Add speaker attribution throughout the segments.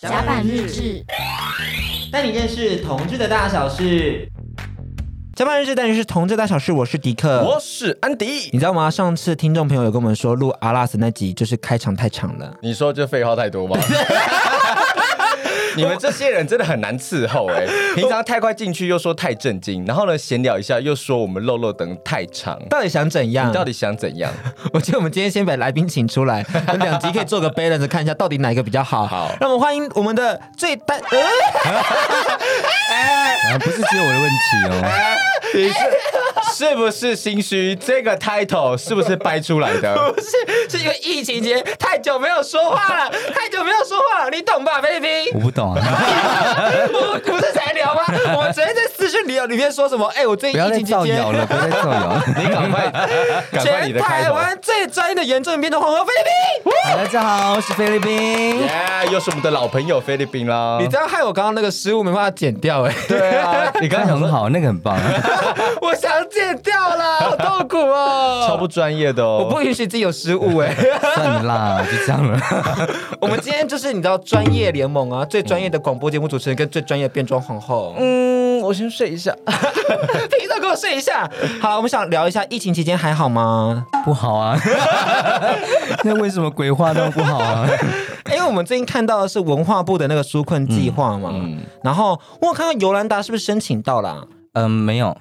Speaker 1: 甲板日志，
Speaker 2: 带你认识同志的大小事。甲板日志带你认识同志的大小事，我是迪克，
Speaker 3: 我是安迪。
Speaker 2: 你知道吗？上次听众朋友有跟我们说，录阿拉斯那集就是开场太长了。
Speaker 3: 你说这废话太多 吗？你们这些人真的很难伺候哎、平常太快进去又说太震惊，然后呢闲聊一下又说我们漏漏等太长，
Speaker 2: 到底想怎样？
Speaker 3: 你到底想怎样？
Speaker 2: 我觉得我们今天先把来宾请出 来，我们两集可以做个 balance，看一下到底哪一个比较好。
Speaker 3: 好
Speaker 2: 让我们欢迎我们的最 单，呃、
Speaker 4: 啊，不是只有我的问题 哦，
Speaker 3: 你是是不是心虚？这个 title 是不是掰出来的？
Speaker 2: 不是，是因为疫情节太久没有说话 了，太久没有说话了，你懂吧，菲律宾？
Speaker 4: 我不懂啊，
Speaker 2: 我们不是才聊吗？我们昨天在私讯里里面说什么？哎、我最
Speaker 4: 不
Speaker 2: 近
Speaker 4: 要
Speaker 2: 疫
Speaker 4: 再
Speaker 2: 情期
Speaker 4: 造
Speaker 2: 间
Speaker 4: 谣了，不要再造谣。
Speaker 3: 你赶 快，赶快
Speaker 2: 全
Speaker 3: 你的开
Speaker 2: 台
Speaker 3: 头。
Speaker 2: 湾最专业的原住民变动混合菲律宾。
Speaker 4: 好，大家好，我是菲律宾。
Speaker 3: 耶又是我们的老朋友菲律宾啦。
Speaker 2: 你这样害我刚刚那个失误没办法剪掉哎、
Speaker 3: 对啊，你刚
Speaker 4: 那
Speaker 3: 刚想
Speaker 4: 很
Speaker 3: 说
Speaker 4: 好，哦那个很棒。啊
Speaker 2: 我想剪掉 了，好痛苦哦，
Speaker 3: 超不专业的哦。
Speaker 2: 我不允许自己有失误 哎、
Speaker 4: 算了啦，就这样了。
Speaker 2: 我们今天就是你知道专业联盟啊，最专业的广播节目主持人跟最专业的变装皇后，
Speaker 3: 嗯，我先睡 一下。
Speaker 2: 听到给我睡一下。好，我们想聊一下疫情期间还好吗？
Speaker 4: 不好啊， 那为什么鬼话那么不好啊？
Speaker 2: 因为我们最近看到的是文化部的那个纾困计划嘛，
Speaker 3: 嗯
Speaker 2: 然后我有看到尤兰达是不是申请到啦、
Speaker 4: 嗯，没有，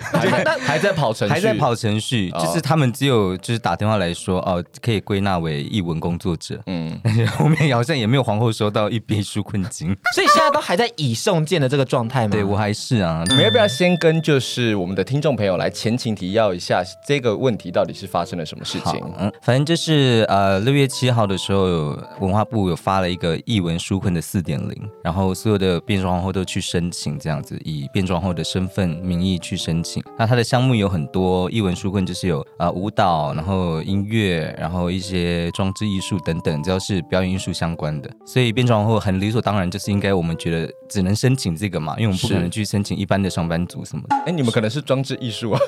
Speaker 3: 还在还在跑程序，
Speaker 4: 还在跑程序，
Speaker 3: 哦
Speaker 4: 就是他们只有就是打电话来说哦，可以归纳为译文工作者。
Speaker 3: 嗯，
Speaker 4: 但是后面好像也没有皇后收到一笔纾困金，
Speaker 2: 所以现在都还在以送件的这个状态吗？
Speaker 4: 对我还是啊，
Speaker 3: 我们要不要先跟就是我们的听众朋友来前情提要一下这个问题到底是发生了什么事
Speaker 4: 好
Speaker 3: 情？，
Speaker 4: 嗯，反正就是呃，六月七号的时候，有文化部有发了一个译文纾困的四点零，然后所有的变装皇后都去申请，这样子以变装皇后的身份名义去申请。那它的项目有很多，译文纾困就是有呃舞蹈，然后音乐，然后一些装置艺术等等，只要是表演艺术相关的。所以变装皇后很理所当然，就是应该我们觉得只能申请这个嘛，因为我们不可
Speaker 3: 是
Speaker 4: 能去申请一般的上班族什么的。
Speaker 3: 哎、你们可能是装置艺术啊，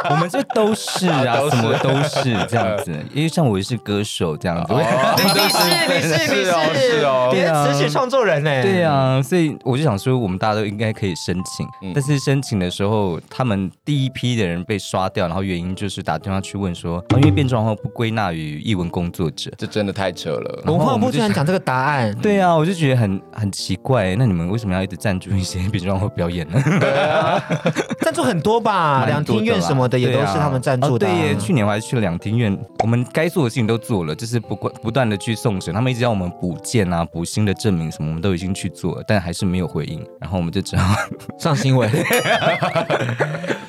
Speaker 4: 我们这都是
Speaker 3: 啊
Speaker 4: 啊
Speaker 3: 都，是
Speaker 4: 什么都是这样 子，因为像我也是歌手这样子，
Speaker 3: 哦
Speaker 4: 我也
Speaker 2: 你是啊你是你
Speaker 3: 是哦是哦
Speaker 2: 你是词曲创作人呢、
Speaker 4: 对啊，所以我就想说，我们大家都应该可以申请，
Speaker 3: 嗯
Speaker 4: 但是申请的时候，他们第一批的人被刷掉，然后原因就是打电话去问说，哦因为变装后不归纳于译文工作者。
Speaker 3: 这真的太扯了。
Speaker 2: 文化
Speaker 4: 然后我
Speaker 2: 部
Speaker 4: 们
Speaker 2: 居
Speaker 4: 就
Speaker 2: 然讲这个答案，
Speaker 4: 对啊，我就觉得很很奇怪，那你们为什么要一直赞助一些变装后表演呢？
Speaker 2: 赞助很多吧，啊两
Speaker 4: 蛮多
Speaker 2: 厅
Speaker 4: 的啦
Speaker 2: 院什么的也都
Speaker 4: 对啊
Speaker 2: 是他们赞助的、
Speaker 4: 哦
Speaker 2: 啊
Speaker 4: 对耶，去年我还去了两厅院，我们该做的事情都做了，就是不管不断的去送审，他们一直要我们补件啊、补新的证明什么，我们都已经去做了，但还是没有回应，然后我们就只好
Speaker 2: 上新 闻。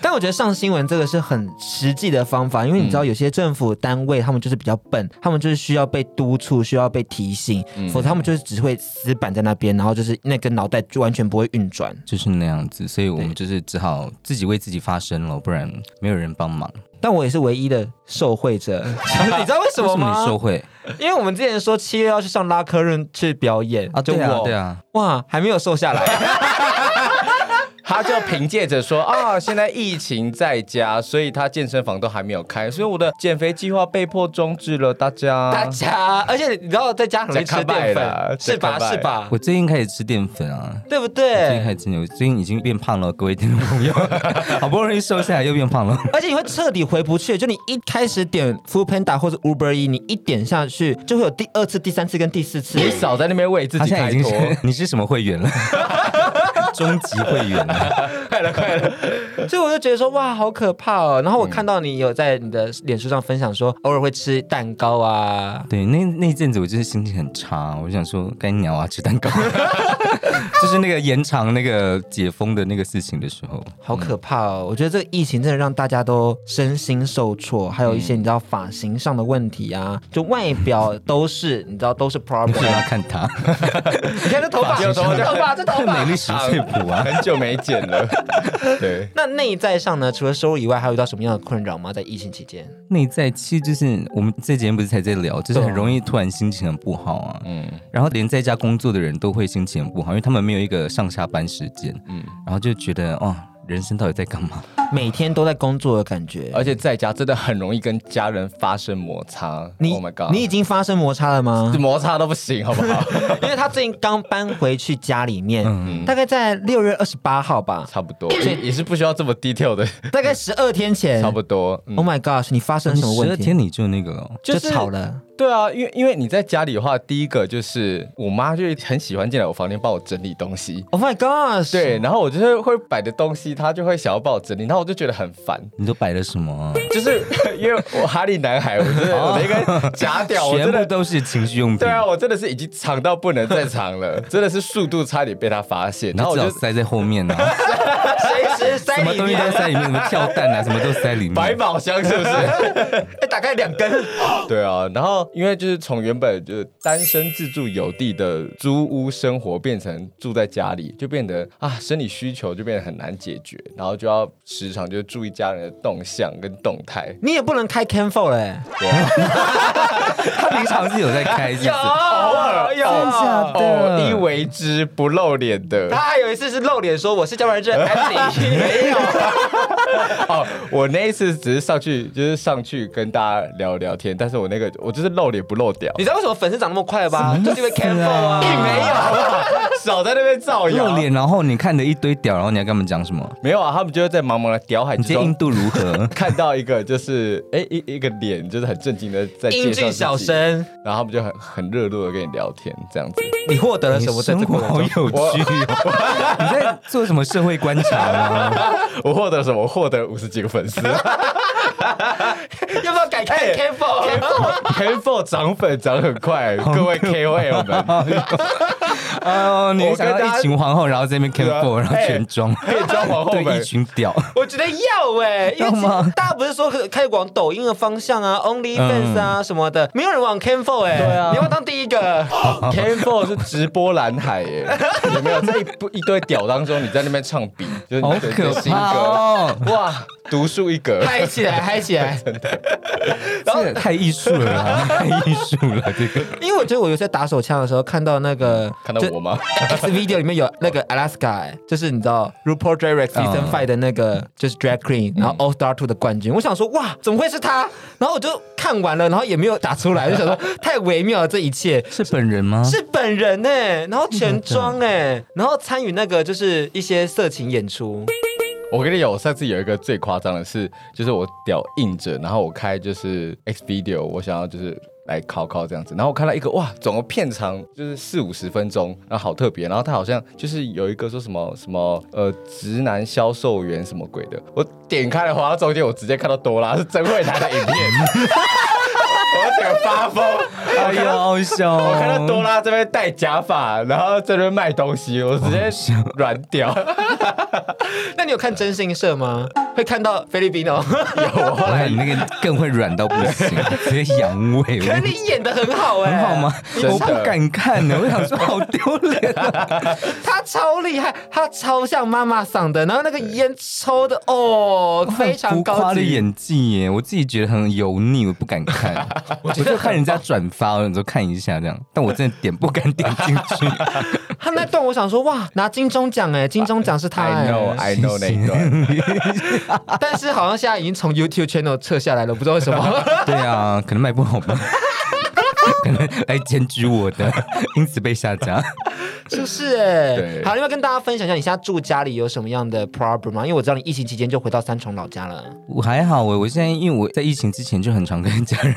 Speaker 2: 但我觉得上新闻这个是很实际的方法，因为你
Speaker 4: 嗯
Speaker 2: 知道有些政府单位他们就是比较笨，他们就是需要被督促，需要被提醒，
Speaker 4: 嗯
Speaker 2: 否则他们就是只会死板在那边，然后就是那个脑袋就完全不会运转。
Speaker 4: 就是那样子，所以我们就是只好自己为自己发声了，不然没有人 帮忙。
Speaker 2: 但我也是唯一的受惠 者，你知道为什么
Speaker 4: 为什么
Speaker 2: 吗？
Speaker 4: 你受贿
Speaker 2: 因为我们之前说七月要去上拉科润去表演
Speaker 4: 啊？
Speaker 2: 就
Speaker 4: 对啊，
Speaker 2: 我
Speaker 4: 对啊，
Speaker 2: 哇还没有瘦下来，
Speaker 3: 他就凭借着 说啊，现在疫情在家，所以他健身房都还没有开，所以我的减肥计划被迫中止了。大 家，
Speaker 2: 大家，而且你知道在家很容易吃
Speaker 3: 在看拜
Speaker 2: 淀
Speaker 3: 啦
Speaker 2: 粉， 是吧
Speaker 3: 在看拜
Speaker 2: 是吧？
Speaker 4: 我最近开始吃淀粉啊。
Speaker 2: 对不
Speaker 4: 最近
Speaker 2: 对？
Speaker 4: 开始吃淀粉，我最近已经变胖了，各位听众朋友， 好不容易瘦下来又变胖了。
Speaker 2: 而且你会彻底回不去，就你一开始点 Food Panda 或者 Uber E，你一点下去就会有第二次、第三次跟第四 次。
Speaker 3: 你少在那边为自
Speaker 4: 他
Speaker 3: 己
Speaker 4: 现在
Speaker 3: 开
Speaker 4: 已经
Speaker 3: 脱，
Speaker 4: 是 你是什 么会员了？终极会员
Speaker 2: 啊
Speaker 4: 了，
Speaker 3: 快了快了。
Speaker 2: 所以我就觉得说，哇，好可怕哦。然后我看到你有在你的脸书上分享说，偶尔会吃蛋糕啊。
Speaker 4: 对，那那一阵子我就是心情很差，我就想说该鸟啊，吃蛋糕， 就是那个延长那个解封的那个事情的时候，
Speaker 3: 嗯
Speaker 2: 好可怕哦！我觉得这个疫情真的让大家都身心受挫，还有一
Speaker 3: 嗯
Speaker 2: 些你知道发型上的问题啊，就外表都是你知道都是
Speaker 4: 你不
Speaker 2: problem。啊
Speaker 4: 要看 他，
Speaker 2: 你看这头发，
Speaker 3: 发
Speaker 2: 这
Speaker 3: 型
Speaker 2: 头
Speaker 3: 上的
Speaker 2: 发，这头
Speaker 4: 美
Speaker 2: 发
Speaker 4: 丽。十岁谱啊。
Speaker 3: 很久没剪 了。对，
Speaker 2: 那内在上呢？除了收入以外，还有遇到什么样的困扰吗？在疫情期间？
Speaker 4: 内在其实就是我们这节目不是才在聊，就是
Speaker 2: 对啊
Speaker 4: 很容易突然心情很不好啊。
Speaker 3: 嗯，
Speaker 4: 然后连在家工作的人都会心情很不好，因为他们没有一个上下班时间，嗯，然后就觉得哇，人生到底在干嘛？
Speaker 2: 每天都在工作的感觉。
Speaker 3: 而且在家真的很容易跟家人发生摩擦。
Speaker 2: 你、
Speaker 3: Oh my god！
Speaker 2: 你已经发生摩擦了 吗？
Speaker 3: 摩擦都不行，好不好？
Speaker 2: 因为他最近刚搬回去家里面，
Speaker 3: 嗯
Speaker 2: 大概在六月二十八号吧，
Speaker 3: 差不多，也也是不需要这么 detail 的，
Speaker 2: 大概十二天前。
Speaker 3: 嗯差不多。嗯
Speaker 2: Oh my gosh！你发生什么
Speaker 4: 十二
Speaker 2: 问题？
Speaker 4: 天你就那个了哦，
Speaker 3: 就是
Speaker 2: 吵了。
Speaker 3: 对啊，因为因为你在家里的话，第一个就是我妈就很喜欢进来我房间帮我整理东西。
Speaker 2: Oh my gosh！，
Speaker 3: 对，然后我就是会摆的东西，她就会想要帮我整理，然后我就觉得很烦，
Speaker 4: 你都摆了什么啊？
Speaker 3: 就是 因为我哈利男孩，我真的我的一个假屌，我
Speaker 4: 全
Speaker 3: 真
Speaker 4: 部
Speaker 3: 的
Speaker 4: 都是情绪用品。
Speaker 3: 对啊，我真的是已经长到不能再长了，真的是速度差点被他发现，
Speaker 4: 你
Speaker 3: 然后
Speaker 4: 就
Speaker 3: 我
Speaker 4: 只好
Speaker 3: 就
Speaker 4: 塞在后面啊，
Speaker 2: 随时塞
Speaker 4: 什么
Speaker 2: 里
Speaker 4: 东西
Speaker 2: 面。
Speaker 4: 都塞里面，什么跳蛋啊，什么都塞里面。
Speaker 3: 百宝箱是不是？
Speaker 2: 哎，打开两根。
Speaker 3: 对啊，然后因为就是从原本就是单身自助有地的租屋生活，变成住在家里，就变得啊生理需求就变得很难解决，然后就要时常就注意家人的动向跟动态。
Speaker 2: 你也不能开 Can Four 嘞，
Speaker 4: 他平常是有在开，是
Speaker 2: 哦
Speaker 4: 不是？
Speaker 2: 啊
Speaker 3: 偶尔有
Speaker 4: 假的
Speaker 3: 偶哦一为之不露脸的，
Speaker 2: 他还有一次是露脸说我是交换证，没有。
Speaker 3: 哦，我那一次只是上去，就是上去跟大家聊聊天，但是我那个我就是露脸不露 屌
Speaker 2: 你，知道为什么粉丝长那么快了吧？就是因为 Can Four 啊，
Speaker 4: 什么
Speaker 2: 并
Speaker 4: 意
Speaker 2: 没
Speaker 4: 思
Speaker 2: 有。
Speaker 3: 少在那边造谣。
Speaker 4: 露脸，然后你看着一堆屌，然后你要跟他们讲什么？
Speaker 3: 没有啊，他们就会在茫茫的屌海
Speaker 4: 你
Speaker 3: 之
Speaker 4: 今天印
Speaker 3: 中？
Speaker 4: 度如何
Speaker 3: 看到一个就是哎一一个脸，就是很震惊的在介
Speaker 2: 英
Speaker 3: 绍
Speaker 2: 俊
Speaker 3: 自己
Speaker 2: 小，生，
Speaker 3: 然后他们就很很热络的跟你聊天这样子。
Speaker 2: 你获得了啊
Speaker 4: 你
Speaker 2: 什么在
Speaker 4: 生
Speaker 2: 这
Speaker 4: 活
Speaker 2: 过程
Speaker 4: 好
Speaker 2: 中？
Speaker 4: 有趣哦！ 你在做什么社会观察吗？
Speaker 3: 我获得了什么？我获得五十几个粉丝
Speaker 2: 要不要改开 Can Four？
Speaker 3: ，K Four 涨粉涨很快，各位 K O L 们。
Speaker 4: 哦，你
Speaker 3: 我跟
Speaker 4: 想
Speaker 3: 大
Speaker 4: 要
Speaker 3: 家
Speaker 4: 一群皇后，然后在那边 c a
Speaker 3: 对啊
Speaker 4: m f o r 然后
Speaker 3: 哎
Speaker 4: 全装，
Speaker 3: 可以装皇后
Speaker 4: 对
Speaker 3: 们
Speaker 4: 一群屌。
Speaker 2: 我觉得要哎、因为其
Speaker 4: 要吗
Speaker 2: 实大家不是说开始往抖音的方向啊，OnlyFans 啊什么的，没有人往 Can Four 哎、
Speaker 3: 对啊
Speaker 2: 你要不要当第一个？
Speaker 3: Ken Four 是直播蓝海耶，有没有？在一不一堆屌当中，你在那边唱比，就是
Speaker 4: 好
Speaker 3: 你的
Speaker 4: 可
Speaker 3: 新
Speaker 4: 怕
Speaker 3: 歌，
Speaker 4: 哦！
Speaker 3: 哇，独树一格。
Speaker 2: 嗨起来，嗨起来！
Speaker 4: 这也太艺术了啦，太艺术了，这个
Speaker 2: 因为我觉得我有时候打手枪的时候看到那个，
Speaker 3: 嗯看到
Speaker 2: 就
Speaker 3: 我吗？
Speaker 2: X video 里面有那个 Alaska，、欸、就是你知道 RuPaul Drag Race Season
Speaker 3: 啊
Speaker 4: 嗯
Speaker 2: Five 的那个就是 Drag
Speaker 3: 嗯
Speaker 2: Queen，然后 All Star Two 的冠军，我想说哇，怎么会是他？然后我就看完了，然后也没有打出来，我就 想说太微妙了这一切。
Speaker 4: 是本人吗？
Speaker 2: 是本人呢、然后全妆哎、然后参与那个就是一些色情演出，
Speaker 3: 嗯我跟你讲，我上次有一个最夸张的是，就是我屌硬着，然后我开就是 X video，我想要就是。来考考这样子，然后我看到一个哇，总共片长就是四五十分钟，然后好特别，然后他好像就是有一个说什么什么呃直男销售员什么鬼的，我点开了滑到中间，我直接看到多拉是曾慧楠的影片，我整个发疯，
Speaker 4: 哎呦，好笑哦！
Speaker 3: 我看到多拉这边戴假发，然后这边卖东西，我直接软屌。
Speaker 2: 那你有看真性社吗？会看到菲律宾哦，
Speaker 4: 我后来你那个更会软到不行，直接阳痿。我跟你
Speaker 2: 可
Speaker 4: 讲
Speaker 2: 是你演的很好哎、
Speaker 4: 很好吗？
Speaker 3: 真的
Speaker 4: 我不敢看呢，我想说好丢脸啊！
Speaker 2: 他超厉害，他超像妈妈嗓的，然后那个烟抽 的哦，非常
Speaker 4: 浮
Speaker 2: 高
Speaker 4: 夸的
Speaker 2: 级。
Speaker 4: 演技耶，我自己觉得很油腻，我不敢看。我就看人家转发，我就看一下这样，但我真的点不敢点进去。
Speaker 2: 他那段我想说哇，拿金钟奖哎，金钟奖是他
Speaker 3: I
Speaker 2: 哎
Speaker 3: know, I know 那一段，
Speaker 2: 但是好像现在已经从 YouTube channel 撤下来了，不知道为什 么。
Speaker 4: 对啊，可能卖不好吧。可能来检举我的，因此被下架。
Speaker 2: 就是哎、
Speaker 3: 对
Speaker 2: 好，另外跟大家分享一下，你现在住家里有什么样的 problem 啊吗？因为我知道你疫情期间就回到三重老家了。
Speaker 4: 我还好我我现在因为我在疫情之前就很常跟家人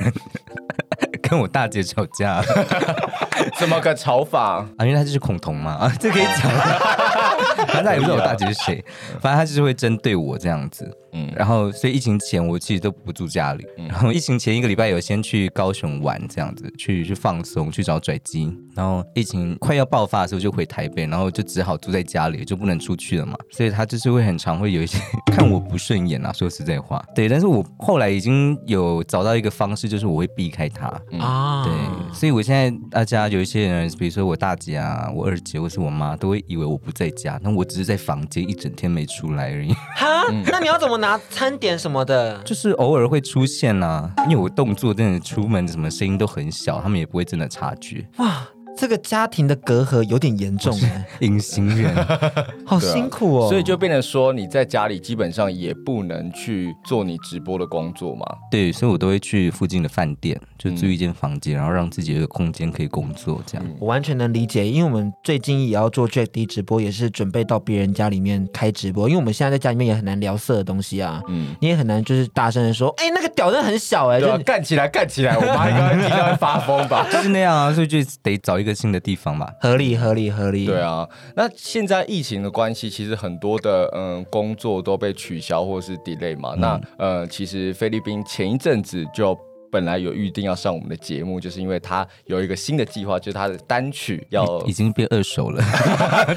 Speaker 4: 跟我大姐吵架。
Speaker 3: 怎么个嘲法？
Speaker 4: 啊，因为他就是孔同嘛， 啊，这可以讲吗。反正他也不知道我大姐是谁，反正他就是会针对我这样子。嗯
Speaker 3: 嗯，
Speaker 4: 然后所以疫情前我其实都不住家里，然后疫情前一个礼拜有先去高雄玩这样子，去去放松，去找拽鸡。然后疫情快要爆发的时候就回台北，然后就只好住在家里，就不能出去了嘛。所以他就是会很常会有一些 看我不顺眼啊，说实在话。对，但是我后来已经有找到一个方式，就是我会避开他。
Speaker 3: 嗯
Speaker 2: 啊
Speaker 4: 对，嗯所以我现在大家有一些人，比如说我大姐啊、我二姐或是我妈，都会以为我不在家，那我只是在房间一整天没出来而已，
Speaker 2: 哈，
Speaker 3: 嗯
Speaker 2: 那你要怎么拿餐点什么的？
Speaker 4: 就是偶尔会出啊现啦、因为我动作真的出门什么声音都很小，他们也不会真的察觉。
Speaker 2: 哇，这个家庭的隔阂有点严重 哎、
Speaker 4: 隐形人，
Speaker 2: 好辛苦哦。
Speaker 3: 啊所以就变成说你在家里基本上也不能去做你直播的工作嘛。
Speaker 4: 对，所以我都会去附近的饭店，就租一间房
Speaker 3: 嗯
Speaker 4: 间，然后让自己有一个空间可以工作，这样。
Speaker 2: 我完全能理解，因为我们最近也要做 Jack D 直播，也是准备到别人家里面开直播，因为我们现在在家里面也很难聊色的东西啊，
Speaker 3: 嗯，
Speaker 2: 你也很难就是大声的说，哎、那个屌真的很小哎、
Speaker 3: 对啊
Speaker 2: 就，是
Speaker 3: 干起来， 干起来！我妈应该听到会发疯吧？
Speaker 4: 就是那样啊，所以就得找一个新的地方吧。
Speaker 2: 合理合理合理。。
Speaker 3: 对 啊，那现在疫情的关系，其实很多的嗯工作都被取消或是 delay
Speaker 4: 嗯
Speaker 3: 嘛。那呃，其实菲律宾前一阵子就。本来有预定要上我们的节目，就是因为他有一个新的计划，就是他的单曲要
Speaker 4: 已经变二 手了，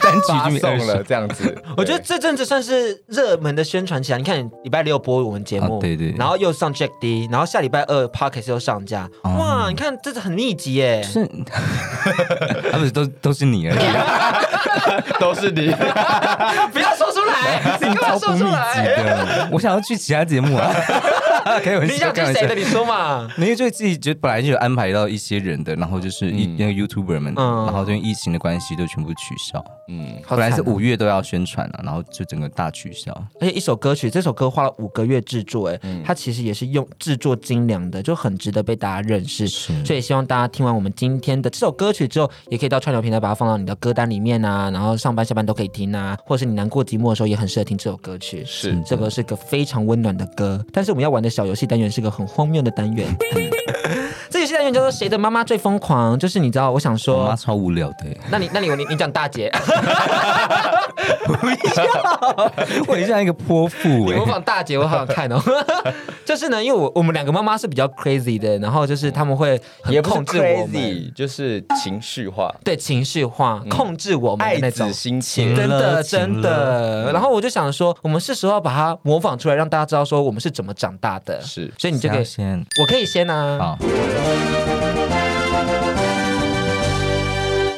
Speaker 4: 单曲
Speaker 3: 发
Speaker 4: 已经变
Speaker 3: 送
Speaker 4: 二手
Speaker 3: 了，这样子
Speaker 2: 我觉得这阵子算是热门的宣传起来。啊你看，礼拜六播我们节目，
Speaker 4: 啊对对
Speaker 2: 然后又上 Jack D，然后下礼拜二 Pocket 又上架，哇，你看这是很密集耶。
Speaker 4: 哦是， 啊不是都都是你而已，
Speaker 3: 对都是你。
Speaker 2: 不要说出 来，
Speaker 4: 你
Speaker 2: 你干嘛
Speaker 4: 超
Speaker 2: 说
Speaker 4: 不密
Speaker 2: 出
Speaker 4: 集
Speaker 2: 来？
Speaker 4: 的。我想要去其他节目啊， 开玩
Speaker 2: 你
Speaker 4: 笑，
Speaker 2: 想听
Speaker 4: 开玩
Speaker 2: 谁的？
Speaker 4: 笑。
Speaker 2: 你说嘛。
Speaker 4: 因为就自己就本来就有安排到一些人的，然后就是一那个 YouTuber 们，
Speaker 2: 嗯
Speaker 4: 然后因为疫情的关系就全部取消。
Speaker 3: 嗯，
Speaker 2: 好
Speaker 4: 本来是
Speaker 2: 惨哦
Speaker 4: 五月都要宣传了，然后就整个大取消。
Speaker 2: 而且一首歌曲，这首歌花了五个月制作，哎、
Speaker 4: 嗯
Speaker 2: 它其实也是用制作精良的，就很值得被大家认识。所以希望大家听完我们今天的这首歌曲之后，也可以到串流平台把它放到你的歌单里面啊，然后上班下班都可以听啊，或者是你难过寂寞的时候也很适合听这首歌曲。
Speaker 3: 是
Speaker 2: 这个是个非常温暖的歌，但是我们要玩的小游戏单元是个很荒谬的 单元。
Speaker 4: 嗯
Speaker 2: 这游戏单元叫做“谁的妈妈最疯狂”，就是你知道，我想
Speaker 4: 我
Speaker 2: 说，
Speaker 4: 妈超无聊的欸，
Speaker 2: 那你那你你你讲大姐，
Speaker 4: 我很像一个泼妇
Speaker 2: 你
Speaker 4: 哎
Speaker 2: 模。仿大姐，我好想看 哦。就是呢，因为我我们两个妈妈是比较 crazy 的，然后就是他们会很
Speaker 3: 也不是
Speaker 2: 控制我们，
Speaker 3: crazy，就是情绪化，
Speaker 2: 对情绪化、控制我们的
Speaker 3: 爱
Speaker 2: 那
Speaker 3: 子
Speaker 2: 种。
Speaker 3: 心
Speaker 4: 情
Speaker 3: 切。
Speaker 2: 真的
Speaker 4: 了
Speaker 2: 真
Speaker 4: 情
Speaker 3: 嗯
Speaker 2: 的，然后我就想说，我们是时候要把它模仿出来，让大家知道说我们是怎么长大的。
Speaker 3: 是
Speaker 2: 所以 你就可以，
Speaker 4: 先
Speaker 2: 我可以先啊，
Speaker 4: 啊，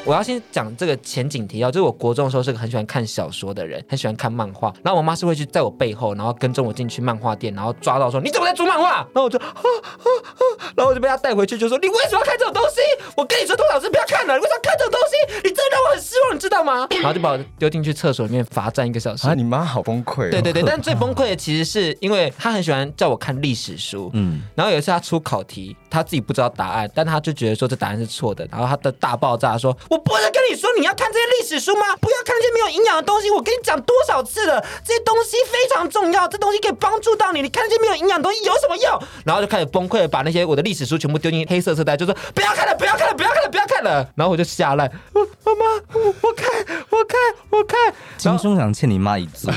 Speaker 2: 我要先讲这个前景提要，就是我国中的时候是个很喜欢看小说的人，很喜欢看漫画，然后我妈是会去在我背后，然后跟踪我进去漫画店，然后抓到说你怎么在租漫画，然后我就啊啊啊，然后我就被她带回去，就说你为什么要看这种东西？我跟你说，杜老师不要看了，你为什么要看这种东西？你真的让我很失望，你知道吗？ 然后就把我丢进去厕所里面罚站一个 小时
Speaker 3: 啊，。你妈好崩溃、哦。
Speaker 2: 对对对，但最崩溃的其实是因为她很喜欢叫我看历史书，
Speaker 4: 嗯，
Speaker 2: 然后有一次他出考题，他自己不知道答案，但他就觉得说这答案是错的，然后他的大爆炸说：“我不是跟你说你要看这些历史书吗？不要看那些没有营养的东西，我跟你讲多少次了，这些东西非常重要，这东西可以帮助到你，你看那些没有营养的东西有什么用？”然后就开始崩溃地把那些我的历史书全部丢进黑色色带，就说：“不要看了，不要看了，不要看了，不要看了。”然后我就下来，我妈妈，我我看，我看，我看，然
Speaker 4: 金
Speaker 2: 后
Speaker 4: 钟奖欠你妈一 座，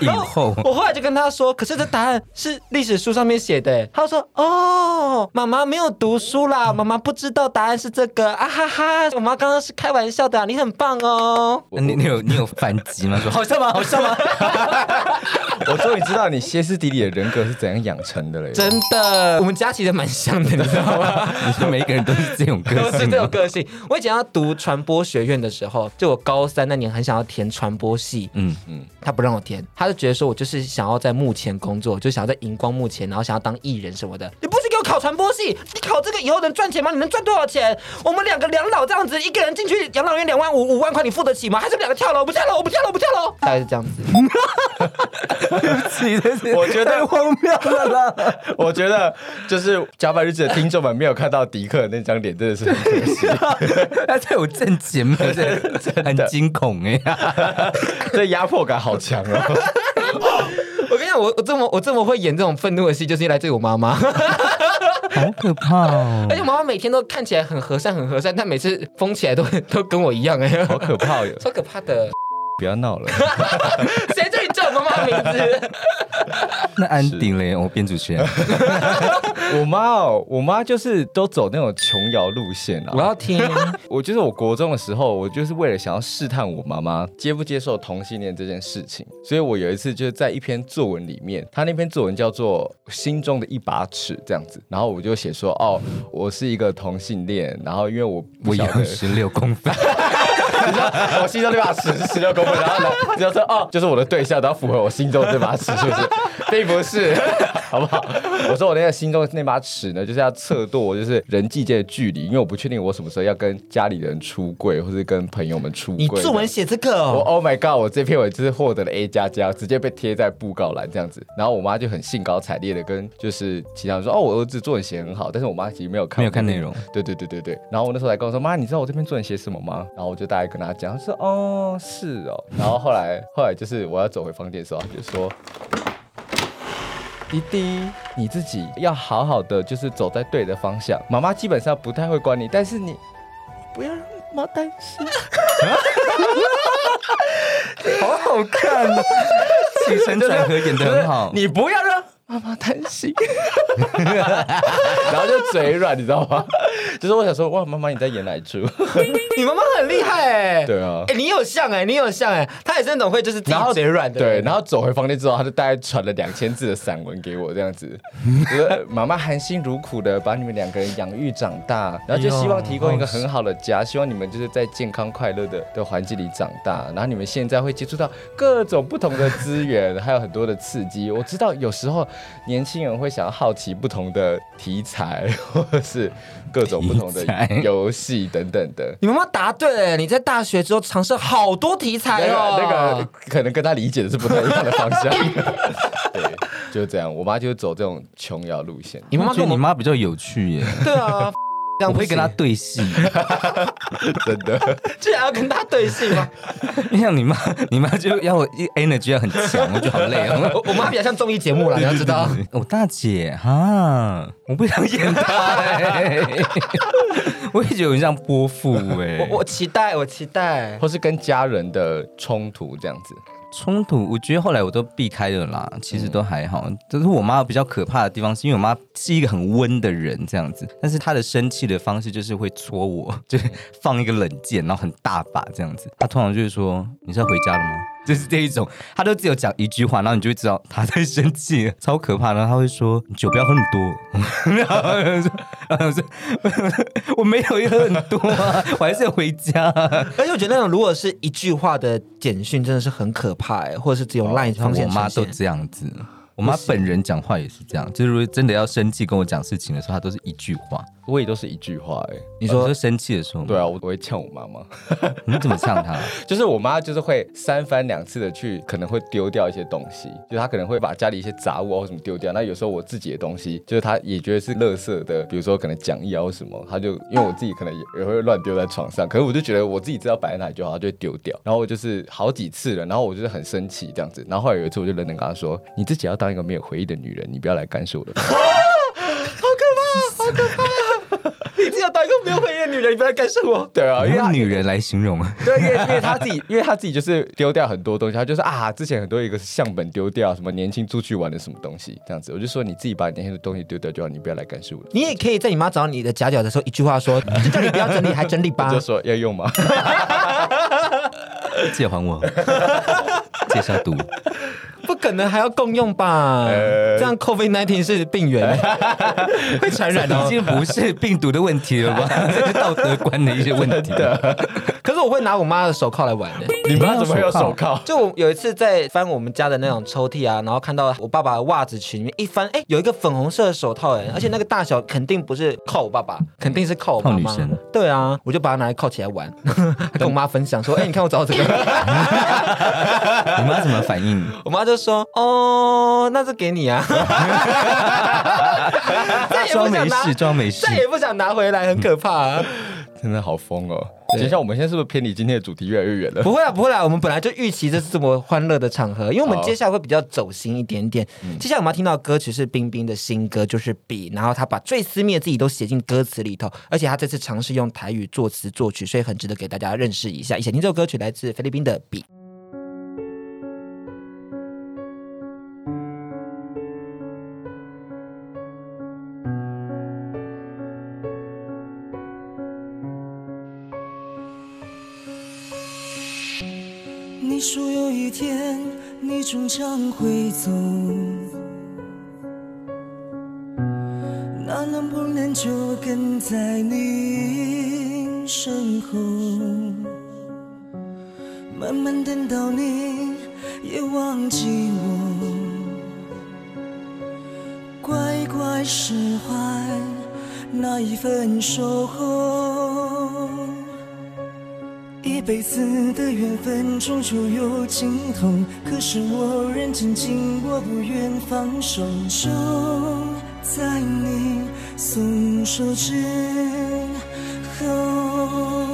Speaker 4: 以后啊
Speaker 2: 我后来就跟他说，可是这答案是历史书上面写的欸。他说：“哦，妈妈没有读书啦，妈妈不知道答案是这个啊哈哈，我妈刚刚是开玩笑的啊、你很棒哦。
Speaker 3: 我
Speaker 4: 你你有你有反击吗？说 好笑吗？好笑吗？
Speaker 3: 我终于知道你歇斯底里的人格是怎样养成的了。”
Speaker 2: 真的，我们家其实蛮像的，你知道吗？
Speaker 4: 你说每一个人都是这种
Speaker 2: 都
Speaker 4: 个
Speaker 2: 是
Speaker 4: 性
Speaker 2: 这种
Speaker 4: 吗，
Speaker 2: 个性。我以前要读传播学院的时候，就我高三那年很想要填传播系，
Speaker 4: 嗯
Speaker 2: 他不让我填，他就觉得说我就是想要在幕前工作，就想要在荧光幕前，然后想要当艺人什么的。你不是给我考传播系，你考这个以后能赚钱吗？你能赚多少钱？我们两个两老这样子，一个人进去养老院两万五，五万块你付得起吗？还是两个跳楼？我不跳楼，我不跳楼，我不跳楼。大概是这样子。
Speaker 4: 自己 的
Speaker 3: 我觉得
Speaker 4: 太荒谬了啦！
Speaker 3: 我觉得就是甲板日子的听众们没有看到迪克的那张脸，真的是很 可惜。
Speaker 4: 他太有正解没有？这很惊恐哎呀！
Speaker 3: 这压迫感好强哦！
Speaker 2: 我跟你讲，我我这么我这么会演这种愤怒的戏，就是来自于我妈妈，
Speaker 4: 哦好可怕哦
Speaker 2: 而！且我妈妈每天都看起来很和善，很和善，但每次疯起来都都跟我一样哎、
Speaker 3: 好可怕哦！
Speaker 2: 超可怕的。
Speaker 3: 不要闹了，
Speaker 2: 谁叫你叫我妈妈名字？
Speaker 4: 那安迪嘞，我变主持 人，
Speaker 3: 我妈哦，我妈就是都走那种琼瑶路线
Speaker 2: 我
Speaker 3: 啊。
Speaker 2: 要听。
Speaker 3: 我就是我国中的时候，我就是为了想要试探我妈妈接不接受同性恋这件事情，所以我有一次就是在一篇作文里面，她那篇作文叫做《心中的一把尺》这样子，然后我就写说哦，我是一个同性恋，然后因为我不
Speaker 4: 我
Speaker 3: 晓得
Speaker 4: 有十六公 分，
Speaker 3: 我心中这把尺是十六公分，然后呢，只要说哦，就是我的对象，然后符合我心中这把尺，是不是？并不是， 好不好？我说我那个心中那把尺呢，就是要测度我就是人际间的距离，因为我不确定我什么时候要跟家里人出柜，或是跟朋友们出柜。
Speaker 2: 你作文写这个
Speaker 4: 啊
Speaker 3: 我
Speaker 2: 哦，
Speaker 3: Oh my god！我这篇文就是获得了 A 加加，直接被贴在布告栏这样子。然后我妈就很兴高采烈的跟就是其他人说：“哦，我儿子作文写很好。”但是我妈其实没有看
Speaker 4: 没有看
Speaker 3: 我
Speaker 4: 内容。
Speaker 3: 对对对对对。然后我那时候还跟我说：“妈，你知道我这篇作文写什么吗？”然后我就大概跟她讲，她说：“哦，是哦。”然后后来后来就是我要走回房间的时候，她就说。弟弟，你自己要好好的，就是走在对的方向。妈妈基本上不太会管你，但是你不要让妈妈担心。
Speaker 4: 好好看、哦，起承转合演得很好。
Speaker 3: 你不要让妈妈担心， 然后就嘴软，你知道吗？就是我想说，哇，妈妈你在演哪一出？
Speaker 2: 你妈妈很厉害哎，
Speaker 3: 对啊
Speaker 2: 哎、你有像哎、你有像哎、她也是那种会就是自己嘴软的
Speaker 3: 对，
Speaker 2: 人，
Speaker 3: 然后走回房间之后，他就大概传了两千字的散文给我，这样子， 就是妈妈含辛茹苦的把你们两个人养育长大，然后就
Speaker 4: 哎
Speaker 3: 希望提供一个很好的家，希望你们就是在健康快乐的的环境里长大，然后你们现在会接触到各种不同的资源， 还有很多的刺激。我知道有时候年轻人会想要好奇不同的题材， 或者是各种不同的
Speaker 4: 题材
Speaker 3: 游戏等等的。
Speaker 2: 你妈妈答对了、你在大学之后尝试好多题
Speaker 3: 那
Speaker 2: 材
Speaker 3: 个
Speaker 2: 哦，
Speaker 3: 那个可能跟他理解的是不太一样的方向。对，就是这样。我妈就是走这种琼瑶路线。
Speaker 2: 你妈妈
Speaker 4: 我觉
Speaker 2: 跟
Speaker 4: 得
Speaker 2: 我
Speaker 4: 你
Speaker 2: 们
Speaker 4: 妈比较有趣耶，
Speaker 2: 对啊，这
Speaker 4: 我
Speaker 2: 样不
Speaker 4: 会跟她
Speaker 2: 行
Speaker 4: 对戏。
Speaker 3: 真的，
Speaker 2: 居然要跟她对戏吗？
Speaker 4: 像你妈，你妈就要我一 energy 要很 强，我就好累哦。
Speaker 2: 我妈比较像综艺节啊目啦，你要知道。
Speaker 4: 我大姐哈，我不想演她、欸， 我也觉得我很像泼妇哎。
Speaker 2: 我我期待，我期 待。
Speaker 3: 或是跟家人的冲突这样子。
Speaker 4: 冲突，我觉得后来我都避开了啦，其实都还好。但是我妈比较可怕的地方，是因为我妈是一个很温的人这样子，但是她的生气的方式就是会戳我， 就是放一个冷箭，然后很大把这样子。她通常就是说：“你是要回家了吗？”就是这一种，她都只有讲一句话，然后你就会知道她在生气，超可怕。然后她会说：“你酒不要喝那么多。” 然后我就说：“然后我就说我没有喝很多啊，我还是要回家啊、
Speaker 2: 而且我觉得那种如果是一句话的简讯，真的是很可怕、欸，或者是只有 line 方
Speaker 4: 我
Speaker 2: 面
Speaker 4: 妈
Speaker 2: 呈
Speaker 4: 都
Speaker 2: 现。
Speaker 4: 这样子，我妈本人讲话也是这样，就是如果真的要生气跟我讲事情的时候，她都是一句话。哦
Speaker 3: 我也都是一句话哎、
Speaker 4: 你说生气的时候，
Speaker 3: 对，啊，我我会呛我妈妈，
Speaker 4: 你怎么 呛她？
Speaker 3: 就是我妈就是会三番两次的去，可能会丢掉一些东西，就是她可能会把家里一些杂物啊或什么丢掉。那有时候我自己的东西，就是她也觉得是垃圾的，比如说可能讲义啊或什么，她就因为我自己可能也也会乱丢在床上，可是我就觉得我自己知道摆在哪里就好，她就会丢掉。然后我就是好几次了，然后我就是很生气这样子。然后后来有一次我就冷冷跟她说：“你自己要当一个没有回忆的女人，你不要来干涉我的。”
Speaker 2: 你只有当一 个没有回应的女人，你不要干涉我。
Speaker 3: 对啊，因为她
Speaker 4: 用女人来形容啊，
Speaker 3: 对，因为因为他自己，因为他自己就是丢掉很多东西，他就是啊，之前很多一个相本丢掉，什么年轻出去玩的什么东西这样子，我就说你自己把年轻的东西丢掉就好，你不要来干涉我。
Speaker 2: 你也可以在你妈找你的夹角的时候，一句话说：“就叫你不要整理，还整理吧
Speaker 3: 我就。说要用吗？
Speaker 4: 借还 我，借消毒。”
Speaker 2: 不可能还要共用吧？
Speaker 3: 呃
Speaker 2: 这样 COVID 1 9是病 源，会传染
Speaker 4: 已
Speaker 3: 啊
Speaker 2: 哦。
Speaker 4: 经不是病毒的问题了 吧？这是道德观的一些问题。
Speaker 2: 可是我会拿我妈的手铐来玩的、
Speaker 3: 你妈怎么会有手铐？
Speaker 2: 就我有一次在翻我们家的那种抽屉啊，然后看到我爸爸的袜子裙里面一翻，哎，有一个粉红色的手套，哎，而且那个大小肯定不是靠我爸爸，肯定是靠我妈
Speaker 4: 靠
Speaker 2: 妈
Speaker 4: 女生。
Speaker 2: 对啊，我就把它拿来铐起来玩， 还跟我妈分享说，哎，你看我找到这个，
Speaker 4: 你妈怎么反应？
Speaker 2: 我妈就说，哦，那这给你啊，再也
Speaker 4: 装
Speaker 2: 不
Speaker 4: 没
Speaker 2: 哎想拿，
Speaker 4: 事，装没事
Speaker 2: 再。也不想拿回来，很可怕、 啊。
Speaker 3: 真的好疯哦！等一下，我们现在是不是偏离今天的主题越来越远了？
Speaker 2: 不会啊，不会啦，我们本来就预期这是这么欢乐的场合，因为我
Speaker 4: 哦
Speaker 2: 们
Speaker 3: 好
Speaker 2: 接下来会比较走心一点点。
Speaker 4: 嗯
Speaker 2: 接下来我们要听到的歌曲是冰冰的新歌，就是《笔》，然后他把最私密的自己都写进歌词里头，而且他这次尝试用台语作词作曲，所以很值得给大家认识一下。一起来听这首歌曲，来自菲律宾的《笔》。
Speaker 1: 你说有一天你终将会走，那能不能就跟在你身后，慢慢等到你也忘记我，来释怀那一份守候。一辈子的缘分终究有尽头，可是我仍紧紧握，不愿放手，就在你松手之后。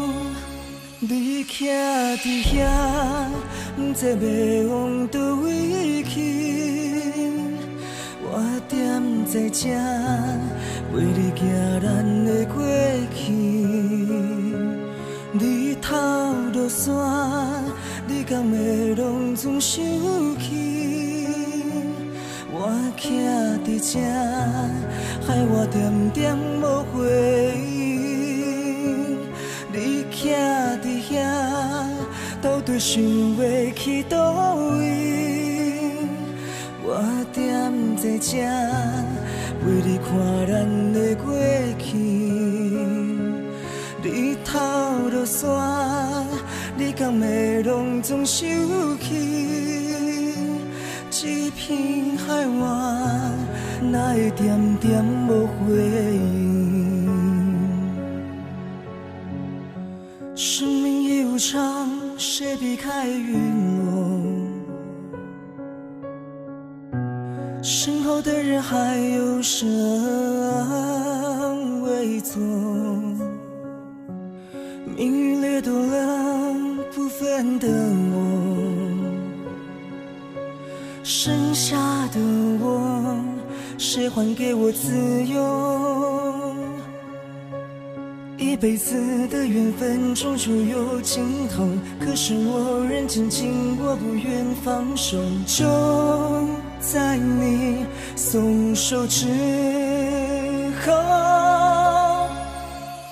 Speaker 1: 你徛伫遐，不知要往倒位去。我踮在这，陪你行咱的过去。你头落山，你敢会拢总想起？我徛伫这，害我点点无回应。你徛伫遐，到底想要去倒位？我踮在这，陪你看咱的过去。你头落山，你敢会拢总想起？一片海湾，哪会点点无回应？生命悠长，谁避开云雾？身后的人还有谁未走？命运掠夺了部分的我，剩下的我，谁还给我自由？一辈子的缘分终究有尽头，可是我仍紧紧握，不愿放手。就在你松手之后，